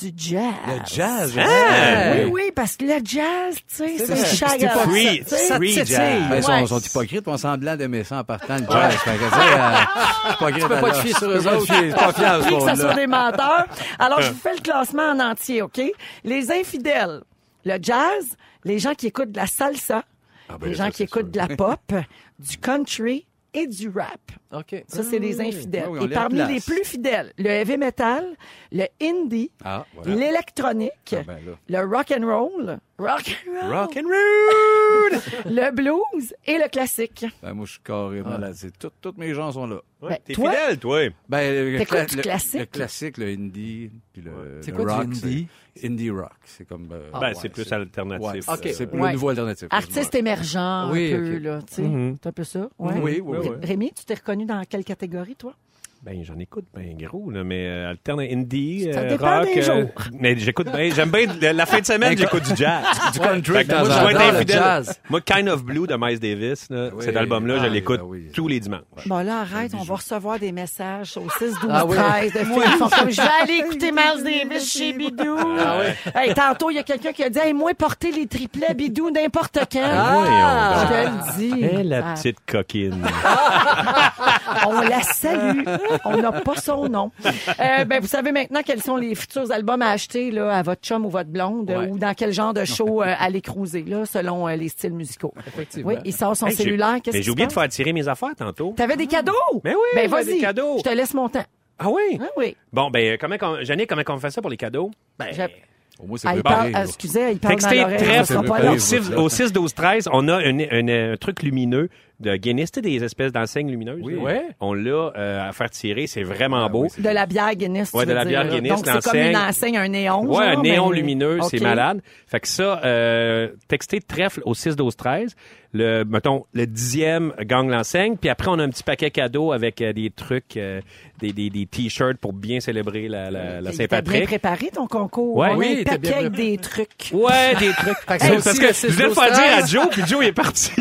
Speaker 3: du jazz.
Speaker 4: Le jazz,
Speaker 3: Ah!
Speaker 4: ouais.
Speaker 3: Oui, oui, parce que le jazz, tu sais, c'est
Speaker 6: vrai.
Speaker 3: chagrin.
Speaker 6: Free- free jazz. Ben, Ils sont,
Speaker 3: Ouais.
Speaker 6: sont hypocrites, on semblant d'aimer ça en partant le jazz. Fait que, tu sais, euh, hypocrite,
Speaker 3: Tu peux pas te
Speaker 6: alors.
Speaker 3: fier sur
Speaker 6: Tu peux
Speaker 3: eux
Speaker 6: pas te
Speaker 3: autres.
Speaker 6: fier, c'est pas fier, ce
Speaker 3: Pris que ça
Speaker 6: monde-là.
Speaker 3: soit des menteurs. Alors, je vous fais le classement en entier, OK? Les infidèles, le jazz, les gens qui écoutent de la salsa,
Speaker 12: ben,
Speaker 3: les
Speaker 12: ça,
Speaker 3: gens qui
Speaker 12: c'est
Speaker 3: écoutent de la pop, du country et du rap.
Speaker 6: OK.
Speaker 3: Ça, c'est
Speaker 7: Mmh.
Speaker 3: les
Speaker 12: Ah
Speaker 3: infidèles.
Speaker 12: oui, on
Speaker 3: et
Speaker 12: les
Speaker 3: parmi
Speaker 12: replace.
Speaker 3: les plus fidèles, le heavy metal, le indie,
Speaker 6: Ah,
Speaker 3: l'électronique,
Speaker 6: Ah, ben là.
Speaker 3: le rock and roll, rock and roll,
Speaker 6: Rock and roll,
Speaker 3: (laughs) le blues et le classique.
Speaker 6: Ben, moi, je suis carrément là. C'est tout- toutes mes gens sont là.
Speaker 3: Ouais, Ben, t'es toi- fidèle,
Speaker 4: toi.
Speaker 6: Ben, le,
Speaker 3: T'écoutes
Speaker 6: cla-
Speaker 3: du
Speaker 6: le-
Speaker 3: classique?
Speaker 6: le classique, le indie, puis le,
Speaker 4: C'est
Speaker 6: le
Speaker 4: quoi du
Speaker 6: rock,
Speaker 4: indie?
Speaker 6: c'est- Indie rock, c'est comme. euh,
Speaker 4: Ah, Ben, c'est plus alternatif, euh,
Speaker 6: Ouais,
Speaker 4: Ok.
Speaker 6: C'est plus
Speaker 3: Ouais.
Speaker 6: le nouveau alternatif.
Speaker 3: Artiste émergent,
Speaker 6: Oui,
Speaker 3: un peu,
Speaker 6: ok.
Speaker 3: là, tu sais.
Speaker 4: Mhm.
Speaker 3: C'est un peu ça, ouais.
Speaker 4: Oui, oui, oui.
Speaker 3: Ré- Rémi, tu t'es reconnu dans quelle catégorie, toi?
Speaker 4: Ben, j'en écoute ben gros, là, mais euh, alterne indie,
Speaker 3: Ça
Speaker 4: euh,
Speaker 3: dépend
Speaker 4: rock.
Speaker 3: des jours.
Speaker 4: mais j'écoute bien, j'aime bien la- la fin de semaine,
Speaker 6: Ben,
Speaker 4: j'écoute du jazz.
Speaker 3: (laughs)
Speaker 6: Du country
Speaker 4: Fait que
Speaker 6: de temps
Speaker 4: moi, je
Speaker 6: en
Speaker 4: dois être
Speaker 6: temps, le
Speaker 4: infidèle.
Speaker 6: jazz.
Speaker 4: Moi, Kind of Blue de Miles Davis, là, cet album-là, je
Speaker 6: ah,
Speaker 4: l'écoute
Speaker 6: ben oui.
Speaker 4: tous les dimanches.
Speaker 3: Bon, là, arrête, on va recevoir des messages au 6, 12,
Speaker 4: Ah oui. (laughs)
Speaker 3: 13 de filles qui font comme, je vais aller écouter Miles Davis
Speaker 12: Davis
Speaker 3: chez Bidou.
Speaker 12: Ah ouais.
Speaker 3: Hey, tantôt, il y a quelqu'un qui a dit, hey, moi, porter les triplets Bidou n'importe quand.
Speaker 4: Ah, voyons donc.
Speaker 3: je te le dis.
Speaker 4: Eh, la
Speaker 3: Ah.
Speaker 4: petite coquine.
Speaker 3: On la salue. On n'a pas son nom. Euh, ben, vous savez maintenant quels sont les futurs albums à acheter là, à votre chum ou votre blonde
Speaker 12: Ouais.
Speaker 3: ou dans quel genre de show euh, aller cruiser, là, selon euh, les styles musicaux.
Speaker 12: Effectivement.
Speaker 3: Oui, il sort son
Speaker 4: Hey, j'ai-
Speaker 3: cellulaire. Qu'est-ce
Speaker 4: mais
Speaker 3: qui
Speaker 4: j'ai
Speaker 3: se
Speaker 4: oublié de
Speaker 3: passe?
Speaker 4: faire tirer mes affaires tantôt.
Speaker 3: T'avais des cadeaux?
Speaker 4: Mais oui,
Speaker 3: ben,
Speaker 4: j'avais
Speaker 3: vas-y.
Speaker 4: des cadeaux.
Speaker 3: Je te laisse mon temps.
Speaker 4: Ah oui?
Speaker 3: oui.
Speaker 4: Bon, ben, euh, comment, qu'on- Jannick, comment on fait ça pour les cadeaux? Ben,
Speaker 6: au moins,
Speaker 3: Ah, il parle- ah, excusez, il parle
Speaker 4: Textez
Speaker 3: dans l'oreille,
Speaker 4: trèfle
Speaker 3: ça sera pas long.
Speaker 4: au 6, au 6 12 13, on a une- une- euh, un truc lumineux de Guinness, tu sais, des espèces d'enseignes lumineuses. là.
Speaker 3: Ouais. Ah
Speaker 4: On l'a euh, à faire tirer, c'est vraiment beau.
Speaker 3: De la bière Guinness, tu
Speaker 4: Ouais, de
Speaker 3: veux
Speaker 4: la
Speaker 3: dire,
Speaker 4: bière
Speaker 3: là.
Speaker 4: Guinness,
Speaker 3: Donc, c'est comme une
Speaker 4: l'enseigne.
Speaker 3: enseigne, un néon.
Speaker 4: ouais,
Speaker 3: genre,
Speaker 4: un néon
Speaker 3: mais-
Speaker 4: lumineux, c'est
Speaker 3: OK.
Speaker 4: malade. Fait que ça, euh, textez trèfle au 6 12 13, le mettons le dixième gang l'enseigne, puis après on a un petit paquet cadeau avec euh, des trucs, euh, des, des, des t-shirts pour bien célébrer la, la, la
Speaker 3: T'as bien
Speaker 4: Saint-Patrick.
Speaker 3: préparé ton concours.
Speaker 4: Ouais.
Speaker 3: On a
Speaker 4: Oui,
Speaker 3: un
Speaker 4: t'as bien
Speaker 3: paquet avec des trucs.
Speaker 4: Ouais,
Speaker 3: (laughs)
Speaker 4: des trucs.
Speaker 3: Fait que
Speaker 4: Hey,
Speaker 3: ça
Speaker 4: parce
Speaker 3: aussi,
Speaker 4: que
Speaker 3: le Ah
Speaker 4: je voulais le faire
Speaker 3: 6-12-13.
Speaker 4: dire à Joe, puis Joe est parti.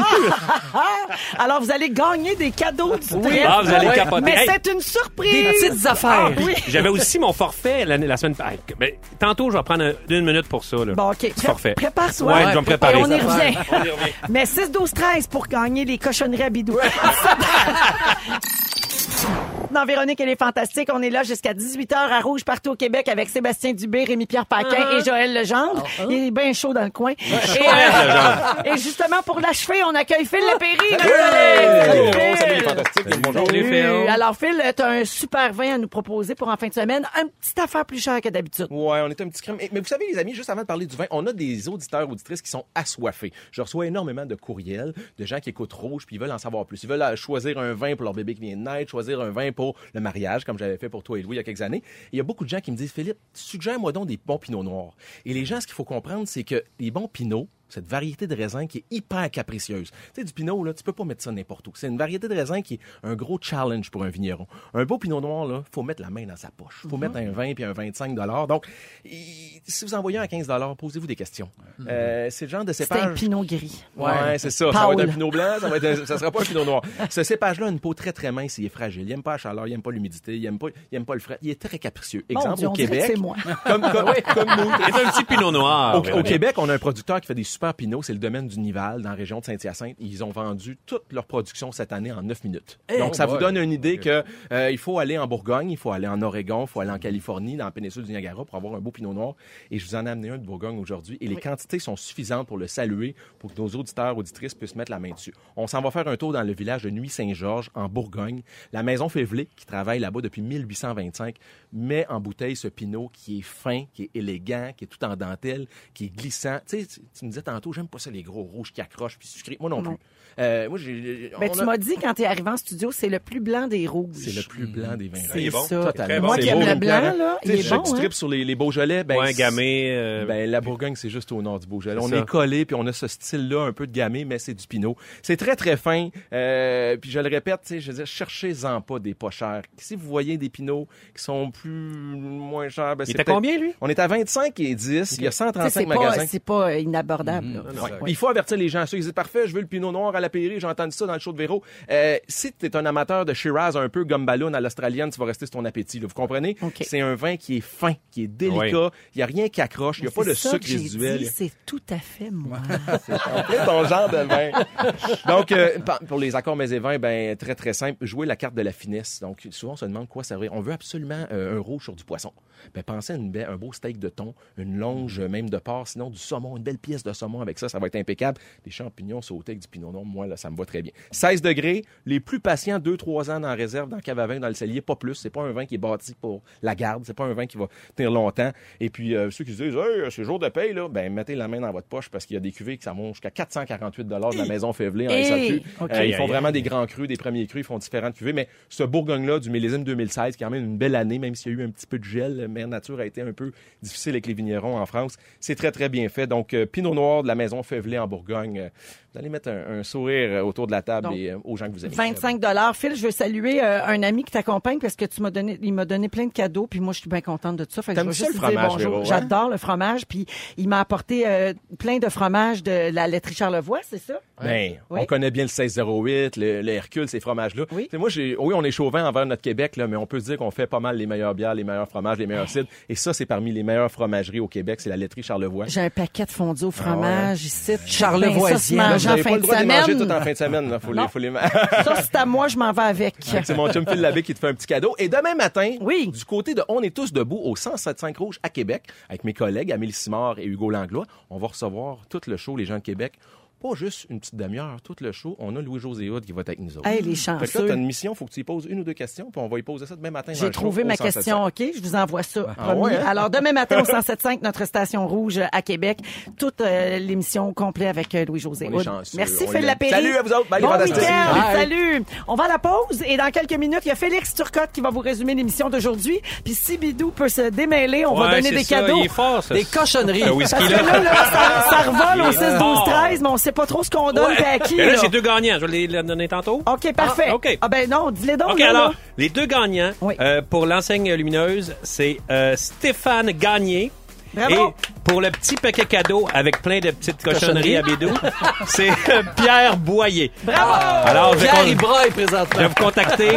Speaker 3: Alors, vous allez gagner des cadeaux du trèfle.
Speaker 4: Ah, vous allez capoter.
Speaker 3: Mais
Speaker 4: Hey.
Speaker 3: c'est une surprise. Ah,
Speaker 4: Des petites
Speaker 3: affaires.
Speaker 4: J'avais aussi mon forfait l'année- la semaine passée. Mais tantôt, je vais prendre un- une minute pour ça. Là.
Speaker 3: Bon, OK.
Speaker 4: Petit forfait.
Speaker 3: Prépare-toi.
Speaker 4: Ouais, je vais me préparer.
Speaker 3: Et on y
Speaker 4: ça.
Speaker 3: revient.
Speaker 4: On y revient.
Speaker 3: (laughs) Mais 6, 12, 13 pour gagner les cochonneries à bidou. (laughs) Dans Véronique, elle est fantastique. On est là jusqu'à 18h à Rouge, partout au Québec, avec Sébastien Dubé, Rémi-Pierre Paquin
Speaker 12: Uh-huh.
Speaker 3: et Joël Legendre. Il est bien chaud dans le coin.
Speaker 12: Ouais.
Speaker 3: Et, euh,
Speaker 12: Joël Legendre.
Speaker 3: (laughs) et justement, pour l'achever, on accueille Phil Lapéry.
Speaker 7: Salut,
Speaker 3: Salut,
Speaker 7: Véro.
Speaker 3: Phil.
Speaker 7: Salut, les fantastiques. Bonjour.
Speaker 3: Salut.
Speaker 4: oh.
Speaker 3: Alors, Phil, t'as un super vin à nous proposer pour en fin de semaine. Un petit affaire plus chère que d'habitude.
Speaker 7: Ouais, on est un petit crème. Mais vous savez, les amis, juste avant de parler du vin, on a des auditeurs, auditrices qui sont assoiffés. Je reçois énormément de courriels de gens qui écoutent Rouge puis ils veulent en savoir plus. Ils veulent euh, choisir un vin pour leur bébé qui vient de naître, choisir un vin pour le mariage, comme j'avais fait pour toi et Louis il y a quelques années. Et il y a beaucoup de gens qui me disent, Philippe, suggère-moi donc des bons pinots noirs. Et les gens, ce qu'il faut comprendre, c'est que les bons pinots, cette variété de raisin qui est hyper capricieuse. Tu sais, du pinot, là, tu peux pas mettre ça n'importe où. C'est une variété de raisin qui est un gros challenge pour un vigneron. Un beau pinot noir, là, faut mettre la main dans sa poche.
Speaker 3: Mhm.
Speaker 7: Faut mettre un 20 puis un 25 dollars. Donc, i- si vous envoyez un à 15 dollars, posez-vous des questions. Euh, c'est le genre de
Speaker 3: Mhm. C'est
Speaker 7: cépage...
Speaker 3: un pinot gris.
Speaker 7: Ouais, c'est ça. Ça va
Speaker 3: Paul.
Speaker 7: être un pinot blanc, ça va être un- ça sera pas un
Speaker 3: (laughs)
Speaker 7: pinot noir. Ce cépage-là a une peau très très mince, il est fragile. Il aime pas la chaleur, il aime pas l'humidité, il aime pas, il aime pas le frais. Il est très capricieux.
Speaker 3: Mon
Speaker 7: Exemple
Speaker 3: Dieu,
Speaker 7: au
Speaker 3: on dirait que
Speaker 7: Québec.
Speaker 3: c'est moi.
Speaker 7: Comme,
Speaker 3: (laughs)
Speaker 7: comme,
Speaker 4: Ouais.
Speaker 7: comme nous.
Speaker 4: C'est un petit pinot noir.
Speaker 7: Au,
Speaker 4: Ouais,
Speaker 7: au
Speaker 4: ouais.
Speaker 7: Québec, on a un producteur qui fait des super pinots, c'est le domaine du Nival dans la région de Saint-Hyacinthe. Ils ont vendu toute leur production cette année en 9 minutes.
Speaker 4: Hey,
Speaker 7: Donc ça
Speaker 4: oh
Speaker 7: vous
Speaker 4: boy.
Speaker 7: donne une idée que euh, il faut aller en Bourgogne, il faut aller en Oregon, il faut aller en Californie, dans la péninsule du Niagara pour avoir un beau pinot noir et je vous en ai amené un de Bourgogne aujourd'hui et les quantités sont suffisantes pour le saluer pour que nos auditeurs auditrices puissent mettre la main dessus. On s'en va faire un tour dans le village de Nuit-Saint-Georges en Bourgogne. La maison Févelé qui travaille là-bas depuis 1825 met en bouteille ce pinot qui est fin, qui est élégant, qui est tout en dentelle, qui est glissant. Tu sais, tu- tu me disais tantôt, j'aime pas ça les gros rouges qui accrochent puis sucrés. Moi non plus.
Speaker 3: Non.
Speaker 7: Euh, moi, j'ai,
Speaker 3: Mais
Speaker 7: on
Speaker 3: Ben, tu
Speaker 7: a-
Speaker 3: m'as dit quand t'es arrivé en studio, c'est le plus blanc des rouges.
Speaker 7: c'est le plus blanc des vins
Speaker 3: C'est
Speaker 7: rouges.
Speaker 3: Ah, Il est bon. ça.
Speaker 7: Totalement.
Speaker 3: Très bon. Moi qui aime
Speaker 7: beau,
Speaker 3: le
Speaker 7: une
Speaker 3: blanc,
Speaker 7: clarette.
Speaker 3: là,
Speaker 7: Tu
Speaker 3: il
Speaker 7: sais,
Speaker 3: est
Speaker 7: je
Speaker 3: bon, hein.
Speaker 7: tripe sur les, les Beaujolais. Ben,
Speaker 4: Ouais,
Speaker 7: c'est-
Speaker 4: gamay, euh,
Speaker 7: ben, la Bourgogne, c'est juste au nord du Beaujolais.
Speaker 4: C'est
Speaker 7: On
Speaker 4: ça.
Speaker 7: est collé, puis on a ce style-là un peu de gamay, mais c'est du pinot. C'est très, très fin. Euh, puis je le répète, tu sais, je veux dire, cherchez-en pas des pas chers. Si vous voyez des pinots qui sont plus moins chers, ben,
Speaker 4: Il
Speaker 7: c'est
Speaker 4: était
Speaker 7: peut-être-
Speaker 4: combien, lui?
Speaker 7: On est à 25 et 10. Il y a
Speaker 3: Tu sais, C'est
Speaker 7: 135
Speaker 3: pas,
Speaker 7: magasins.
Speaker 3: c'est pas euh, inabordable. acceptable. là.
Speaker 13: Ouais. Puis Il faut avertir les gens. Ceux qui disent parfait, je veux le pinot noir à la Pairie, j'ai entendu ça dans le show de Véro. Euh, si tu es un amateur de Shiraz, un peu gomme ballon à l'australienne, tu vas rester sur ton appétit. là. vous comprenez? C'est un vin qui est fin, qui est délicat. Il n'y a rien qui accroche. Il n'y a
Speaker 3: Mais
Speaker 13: pas
Speaker 3: c'est
Speaker 13: de
Speaker 3: ça
Speaker 13: sucre
Speaker 3: que j'ai
Speaker 13: résiduel.
Speaker 3: dit, C'est tout à fait moi. (laughs)
Speaker 13: En fait, ton genre de vin. Donc, euh, par- pour les accords mais et vins, ben, très, très simple. Jouer la carte de la finesse. Donc, souvent, on se demande quoi servir. On veut absolument euh, un rouge sur du poisson. Ben, pensez à une belle- un beau steak de thon, une longe euh, même de porc, sinon du saumon, une belle pièce de saumon avec ça, ça va être impeccable. Des champignons sautés avec du pinot noir, moi, là, ça me va très bien. 16 degrés, les plus patients, 2-3 ans en réserve, dans le cave à vin, dans le cellier, pas plus. C'est pas un vin qui est bâti pour la garde, c'est pas un vin qui va tenir longtemps. Et puis, euh, ceux qui se disent, hey, c'est jour de paye, là, ben, mettez la main dans votre poche parce qu'il y a des cuvées qui ça monte jusqu'à 448 de la maison Févelé en
Speaker 14: Hey!
Speaker 13: SAQ.
Speaker 14: Ok.
Speaker 13: Euh, ils font
Speaker 14: Aïe,
Speaker 13: vraiment
Speaker 14: aïe.
Speaker 13: des grands crus, des premiers crus, ils font différentes cuvées, mais ce Bourgogne-là du millésime 2016, qui est quand même une belle année, même s'il y a eu un petit peu de gel, la mer nature a été un peu difficile avec les vignerons en France. C'est très, très bien fait. Donc, euh, Pinot Noir de la maison Févelé en Bourgogne. euh, vous allez mettre un, un sourire euh, autour de la table
Speaker 3: Donc,
Speaker 13: et euh, aux gens que vous aimez.
Speaker 3: 25 dollars. Phil, je veux saluer euh, un ami qui t'accompagne parce que tu m'as donné, il m'a donné plein de cadeaux puis moi je suis bien contente de tout ça. Fait que je
Speaker 13: T'aimes
Speaker 3: veux
Speaker 13: ça,
Speaker 3: juste
Speaker 13: le
Speaker 3: lui dire
Speaker 13: fromage,
Speaker 3: bonjour.
Speaker 13: Véro, hein?
Speaker 3: J'adore le fromage puis il m'a apporté euh, plein de fromages de la laiterie Charlevoix, c'est ça
Speaker 13: Ben,
Speaker 3: Oui.
Speaker 13: on connaît bien le 1608, le, le Hercule, ces fromages-là. Oui. Moi, j'ai, oui, on est chauvin envers notre Québec, là, mais on peut se dire qu'on fait pas mal les meilleures bières, les meilleurs fromages, les
Speaker 3: Ah.
Speaker 13: meilleurs cidres. Et ça, c'est parmi les meilleures fromageries au Québec, c'est la laiterie Charlevoix.
Speaker 3: J'ai un paquet de fondue au
Speaker 13: Ah
Speaker 3: fromage ici. Ben, ça, se
Speaker 13: Charlevoisien. hein. Là,
Speaker 3: mange
Speaker 13: vous
Speaker 3: en
Speaker 13: n'avez pas
Speaker 3: fin
Speaker 13: le
Speaker 3: de
Speaker 13: droit de les manger
Speaker 3: semaine.
Speaker 13: tout en fin de semaine. Là. Faut les, faut les... ma- (laughs)
Speaker 3: Ça, c'est à moi, je m'en vais avec.
Speaker 13: Fait que Ah, C'est mon chum Phil Labbé qui te fait un petit cadeau. Et demain matin, du côté de On est tous debout au 107.5 Rouge à Québec, avec mes collègues Amélie Simard et Hugo Langlois, on va recevoir tout le show, les gens de Québec. Pas juste une petite demi-heure, tout le show. On a Louis-José Hood qui va être avec nous autres.
Speaker 3: Hey, les
Speaker 13: Fait que là,
Speaker 3: chanceux.
Speaker 13: t'as une mission, faut que tu y poses une ou deux questions, puis on va y poser ça demain matin. dans
Speaker 3: J'ai
Speaker 13: le show
Speaker 3: trouvé
Speaker 13: au
Speaker 3: ma
Speaker 13: 107.5.
Speaker 3: question, OK? Je vous envoie ça.
Speaker 13: Ah
Speaker 3: promis.
Speaker 13: ouais, hein?
Speaker 3: Alors, demain matin au
Speaker 13: (laughs)
Speaker 3: 107.5, notre station rouge à Québec, toute euh, l'émission au complet avec euh, Louis-José
Speaker 13: On est
Speaker 3: Hood.
Speaker 13: chanceux,
Speaker 3: Merci,
Speaker 13: on
Speaker 3: Phil
Speaker 13: l'aime.
Speaker 3: Lapéry.
Speaker 13: Salut à vous autres. Bye, les
Speaker 3: Bon
Speaker 13: fantastiques.
Speaker 3: week-end.
Speaker 13: Bye.
Speaker 3: Salut. On va à la pause et dans quelques minutes, il y a Félix Turcotte qui va vous résumer l'émission d'aujourd'hui. Puis si Bidou peut se démêler, on va
Speaker 4: Ouais,
Speaker 3: donner
Speaker 4: c'est
Speaker 3: des
Speaker 4: ça,
Speaker 3: cadeaux.
Speaker 4: il est fort, ça. Ah
Speaker 7: Des cochonneries.
Speaker 4: Ce whisky-là.
Speaker 3: Parce que là, là, ça, ça revole
Speaker 4: Il
Speaker 3: au
Speaker 4: est
Speaker 3: 6,
Speaker 4: fort.
Speaker 3: 12, 13, mais on sait pas trop ce qu'on donne
Speaker 4: Ouais.
Speaker 3: puis à qui.
Speaker 4: Mais là,
Speaker 3: là.
Speaker 4: j'ai deux gagnants. Je vais les donner tantôt.
Speaker 3: OK, parfait.
Speaker 4: Ah, OK.
Speaker 3: Ah ben non, dis-les donc.
Speaker 4: OK,
Speaker 3: là, là.
Speaker 4: alors, les deux gagnants euh, pour l'enseigne lumineuse, c'est euh, Stéphane Gagné.
Speaker 3: Bravo.
Speaker 4: Et pour le petit paquet cadeau avec plein de petites cochonneries
Speaker 7: Cochonneries.
Speaker 4: à bédou,
Speaker 3: (laughs)
Speaker 4: c'est euh, Pierre Boyer.
Speaker 7: Bravo!
Speaker 4: Alors, je vais
Speaker 7: Pierre
Speaker 4: con-
Speaker 7: Ibraille présentement.
Speaker 4: Je vais vous contacter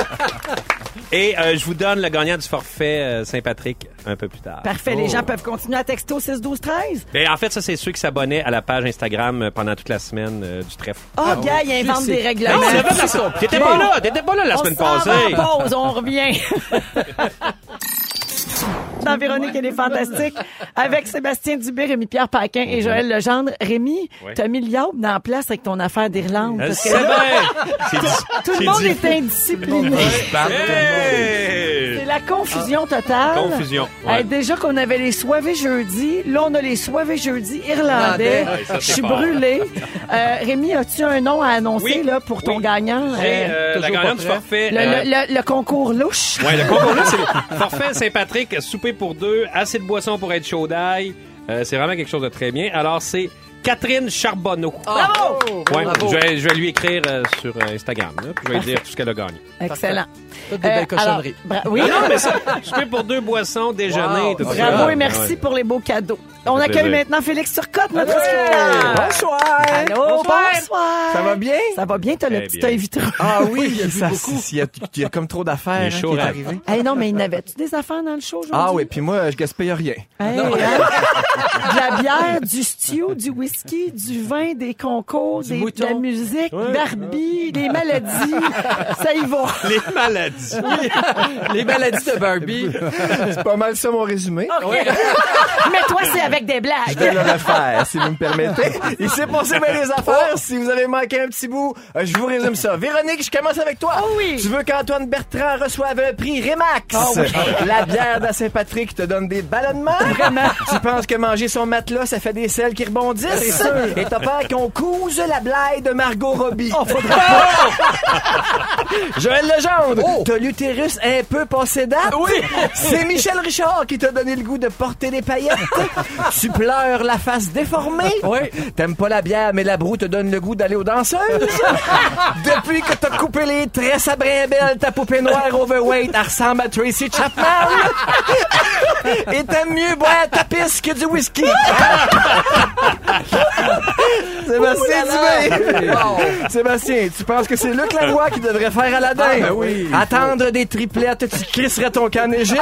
Speaker 4: et euh, je vous donne le gagnant du forfait euh, Saint-Patrick un peu plus tard.
Speaker 3: Parfait, les gens peuvent continuer à texter au 6, 12, 13.
Speaker 4: Ben, en fait, ça, c'est ceux qui s'abonnaient à la page Instagram euh, pendant toute la semaine euh, du trèfle.
Speaker 3: Oh, gars, il invente des règlements.
Speaker 4: Non, Ben, c'est vrai, la- T'étais pas là, t'étais pas là la
Speaker 3: On
Speaker 4: semaine
Speaker 3: s'en va
Speaker 4: passée.
Speaker 3: en pause, on
Speaker 4: (laughs)
Speaker 3: revient. Dans Véronique, elle est fantastique. Avec Sébastien Dubé, Rémi-Pierre Paquin et Joël Legendre. Rémi,
Speaker 4: Mhm. Ouais.
Speaker 3: t'as mis le yaourt dans la place avec ton affaire d'Irlande.
Speaker 4: Elle
Speaker 3: parce que
Speaker 4: sait
Speaker 3: là,
Speaker 4: bien. Euh, C'est dis-
Speaker 3: Tout
Speaker 4: c'est
Speaker 3: le monde
Speaker 4: dis-
Speaker 3: est indiscipliné. Ah,
Speaker 4: Hey!
Speaker 3: C'est la confusion totale.
Speaker 4: Ah. Confusion, ouais.
Speaker 3: Hey, déjà qu'on avait les soivés jeudi, là on a les soivés jeudi irlandais.
Speaker 4: Ouais, ça, c'est
Speaker 3: Je suis
Speaker 4: fort. (laughs)
Speaker 3: brûlée. Euh, Rémi, as-tu un nom à annoncer là, pour ton gagnant?
Speaker 4: J'ai, euh, la
Speaker 3: toujours
Speaker 4: gagnante
Speaker 3: pas
Speaker 4: du
Speaker 3: prêt.
Speaker 4: forfait,
Speaker 3: Le,
Speaker 4: euh,
Speaker 3: le- le- le concours louche.
Speaker 4: Ouais, le concours là, c'est le
Speaker 3: (laughs)
Speaker 4: forfait Saint-Patrick, souper pour deux, assez de boissons pour être chaud d'ail. Euh, c'est vraiment quelque chose de très bien. Alors, c'est Catherine Charbonneau.
Speaker 3: Bravo!
Speaker 7: Oh,
Speaker 4: Ouais,
Speaker 3: Ah, Bravo.
Speaker 4: je, vais, je vais lui écrire euh, sur euh, Instagram, là, puis je vais lui dire tout ce qu'elle
Speaker 3: (laughs)
Speaker 4: a gagné.
Speaker 3: Excellent. Euh,
Speaker 7: Toutes
Speaker 15: Eh,
Speaker 7: des belles cochonneries.
Speaker 3: alors, bra- oui.
Speaker 4: Ah Non, non, mais ça, souper pour deux boissons, déjeuner, tout ça.
Speaker 3: Bravo et merci pour les beaux cadeaux. On
Speaker 4: fait
Speaker 3: accueille
Speaker 4: plaisir.
Speaker 3: maintenant Félix Turcotte, notre
Speaker 4: Hey!
Speaker 3: scripteur.
Speaker 15: Bonsoir.
Speaker 3: Allô, bonsoir.
Speaker 15: Bonsoir. Ça va bien?
Speaker 3: Ça va bien, t'as le
Speaker 15: Très
Speaker 3: petit
Speaker 15: bien.
Speaker 3: œil vitreux.
Speaker 15: Ah oui, il y a
Speaker 3: Ça,
Speaker 15: vu beaucoup. Il y, a- il y a comme trop d'affaires hein,
Speaker 3: c'est-
Speaker 15: qui est arrivé.
Speaker 3: Hey, non, mais il n'avait-tu des affaires dans le show aujourd'hui?
Speaker 15: Ah oui, puis moi, je gaspille rien.
Speaker 3: Hey, hein? De la bière, du stew, du whisky, du vin, des concours, des- de la musique, Barbie, des maladies. Ça y va.
Speaker 4: Les maladies.
Speaker 15: Les maladies de (laughs) Barbie. C'est pas mal ça mon résumé.
Speaker 3: OK. (laughs) Mais toi, c'est avec des blagues.
Speaker 15: Je vais le refaire, si vous me permettez.
Speaker 3: (laughs)
Speaker 15: Il s'est passé bien les affaires.
Speaker 3: Oh.
Speaker 15: Si vous avez manqué un petit bout, euh, je vous résume ça. Véronique, je commence avec toi.
Speaker 3: Oh
Speaker 15: Tu veux qu'Antoine Bertrand reçoive un prix Remax.
Speaker 16: Ah
Speaker 3: Oh
Speaker 15: (laughs)
Speaker 16: oui.
Speaker 15: La bière de Saint-Patrick te donne des ballonnements.
Speaker 16: Vraiment.
Speaker 15: Tu penses que manger son matelas, ça fait des selles qui rebondissent.
Speaker 16: C'est sûr.
Speaker 15: Et t'as peur qu'on couse la blague de Margot Robbie.
Speaker 3: Oh,
Speaker 15: Joël Legendre, t'as l'utérus un peu passé date.
Speaker 16: Oui.
Speaker 15: C'est Michel Richard qui t'a donné le goût de porter des paillettes. tu pleures la face déformée. Oui. T'aimes pas la bière, mais la broue te donne le goût d'aller aux danseuses. Depuis que t'as coupé les tresses à Brimbelle, ta poupée noire overweight elle ressemble à Tracy Chapman.
Speaker 7: Et t'aimes mieux boire ta pisse que du whisky. Sébastien
Speaker 17: Oh
Speaker 7: Dubé. (laughs) Sébastien, tu penses que c'est Luc Lavoie qui devrait faire Aladdin?
Speaker 17: Ah, ben oui.
Speaker 7: Attendre des triplettes, tu crisserais ton camp en Égypte.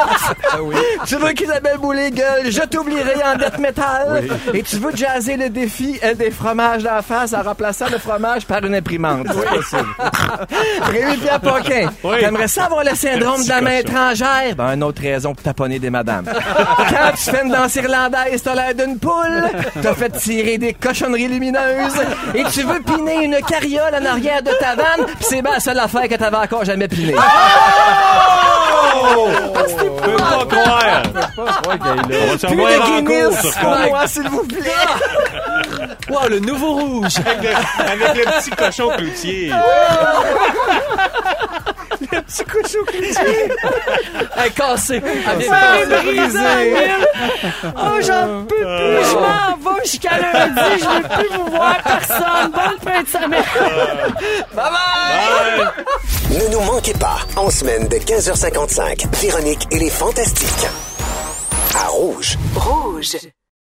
Speaker 17: Ah, ben
Speaker 7: (laughs) Tu veux qu'Isabelle Boulay gueule, je t'oublierai en dette métal.
Speaker 17: Oui.
Speaker 7: Et tu veux jazzer le défi euh, des fromages d'en face en remplaçant le fromage par une imprimante. Rémi Pierre Paquin,
Speaker 17: Oui.
Speaker 7: t'aimerais ça avoir le syndrome de la main
Speaker 17: Petit cochon.
Speaker 7: étrangère? Ben, une autre raison pour taponner des madames. Quand tu fais une danse irlandaise, t'as l'air d'une poule, t'as fait tirer des cochonneries lumineuses, et tu veux piner une carriole en arrière de ta vanne, pis c'est bien la seule affaire que t'avais encore jamais pinée.
Speaker 6: Oh! Peux pas croire. On va se
Speaker 7: Plus
Speaker 6: revoir
Speaker 7: de
Speaker 6: en
Speaker 7: Guinness,
Speaker 6: cours, sur
Speaker 7: pour
Speaker 6: quoi.
Speaker 7: moi, s'il vous plaît.
Speaker 18: Wow, le nouveau rouge!
Speaker 6: Avec le petit cochon cloutier.
Speaker 7: Le petit cochon cloutier.
Speaker 18: Elle est cassée. Elle vient de
Speaker 7: Marine
Speaker 18: casser.
Speaker 7: Brisée.
Speaker 3: Oh, j'en peux plus. Je m'en vais jusqu'à lundi. Je veux plus vous voir personne. Bonne fin de semaine.
Speaker 1: Ne nous manquez pas, en semaine de 15h55, Véronique et les Fantastiques. À Rouge.
Speaker 19: Rouge.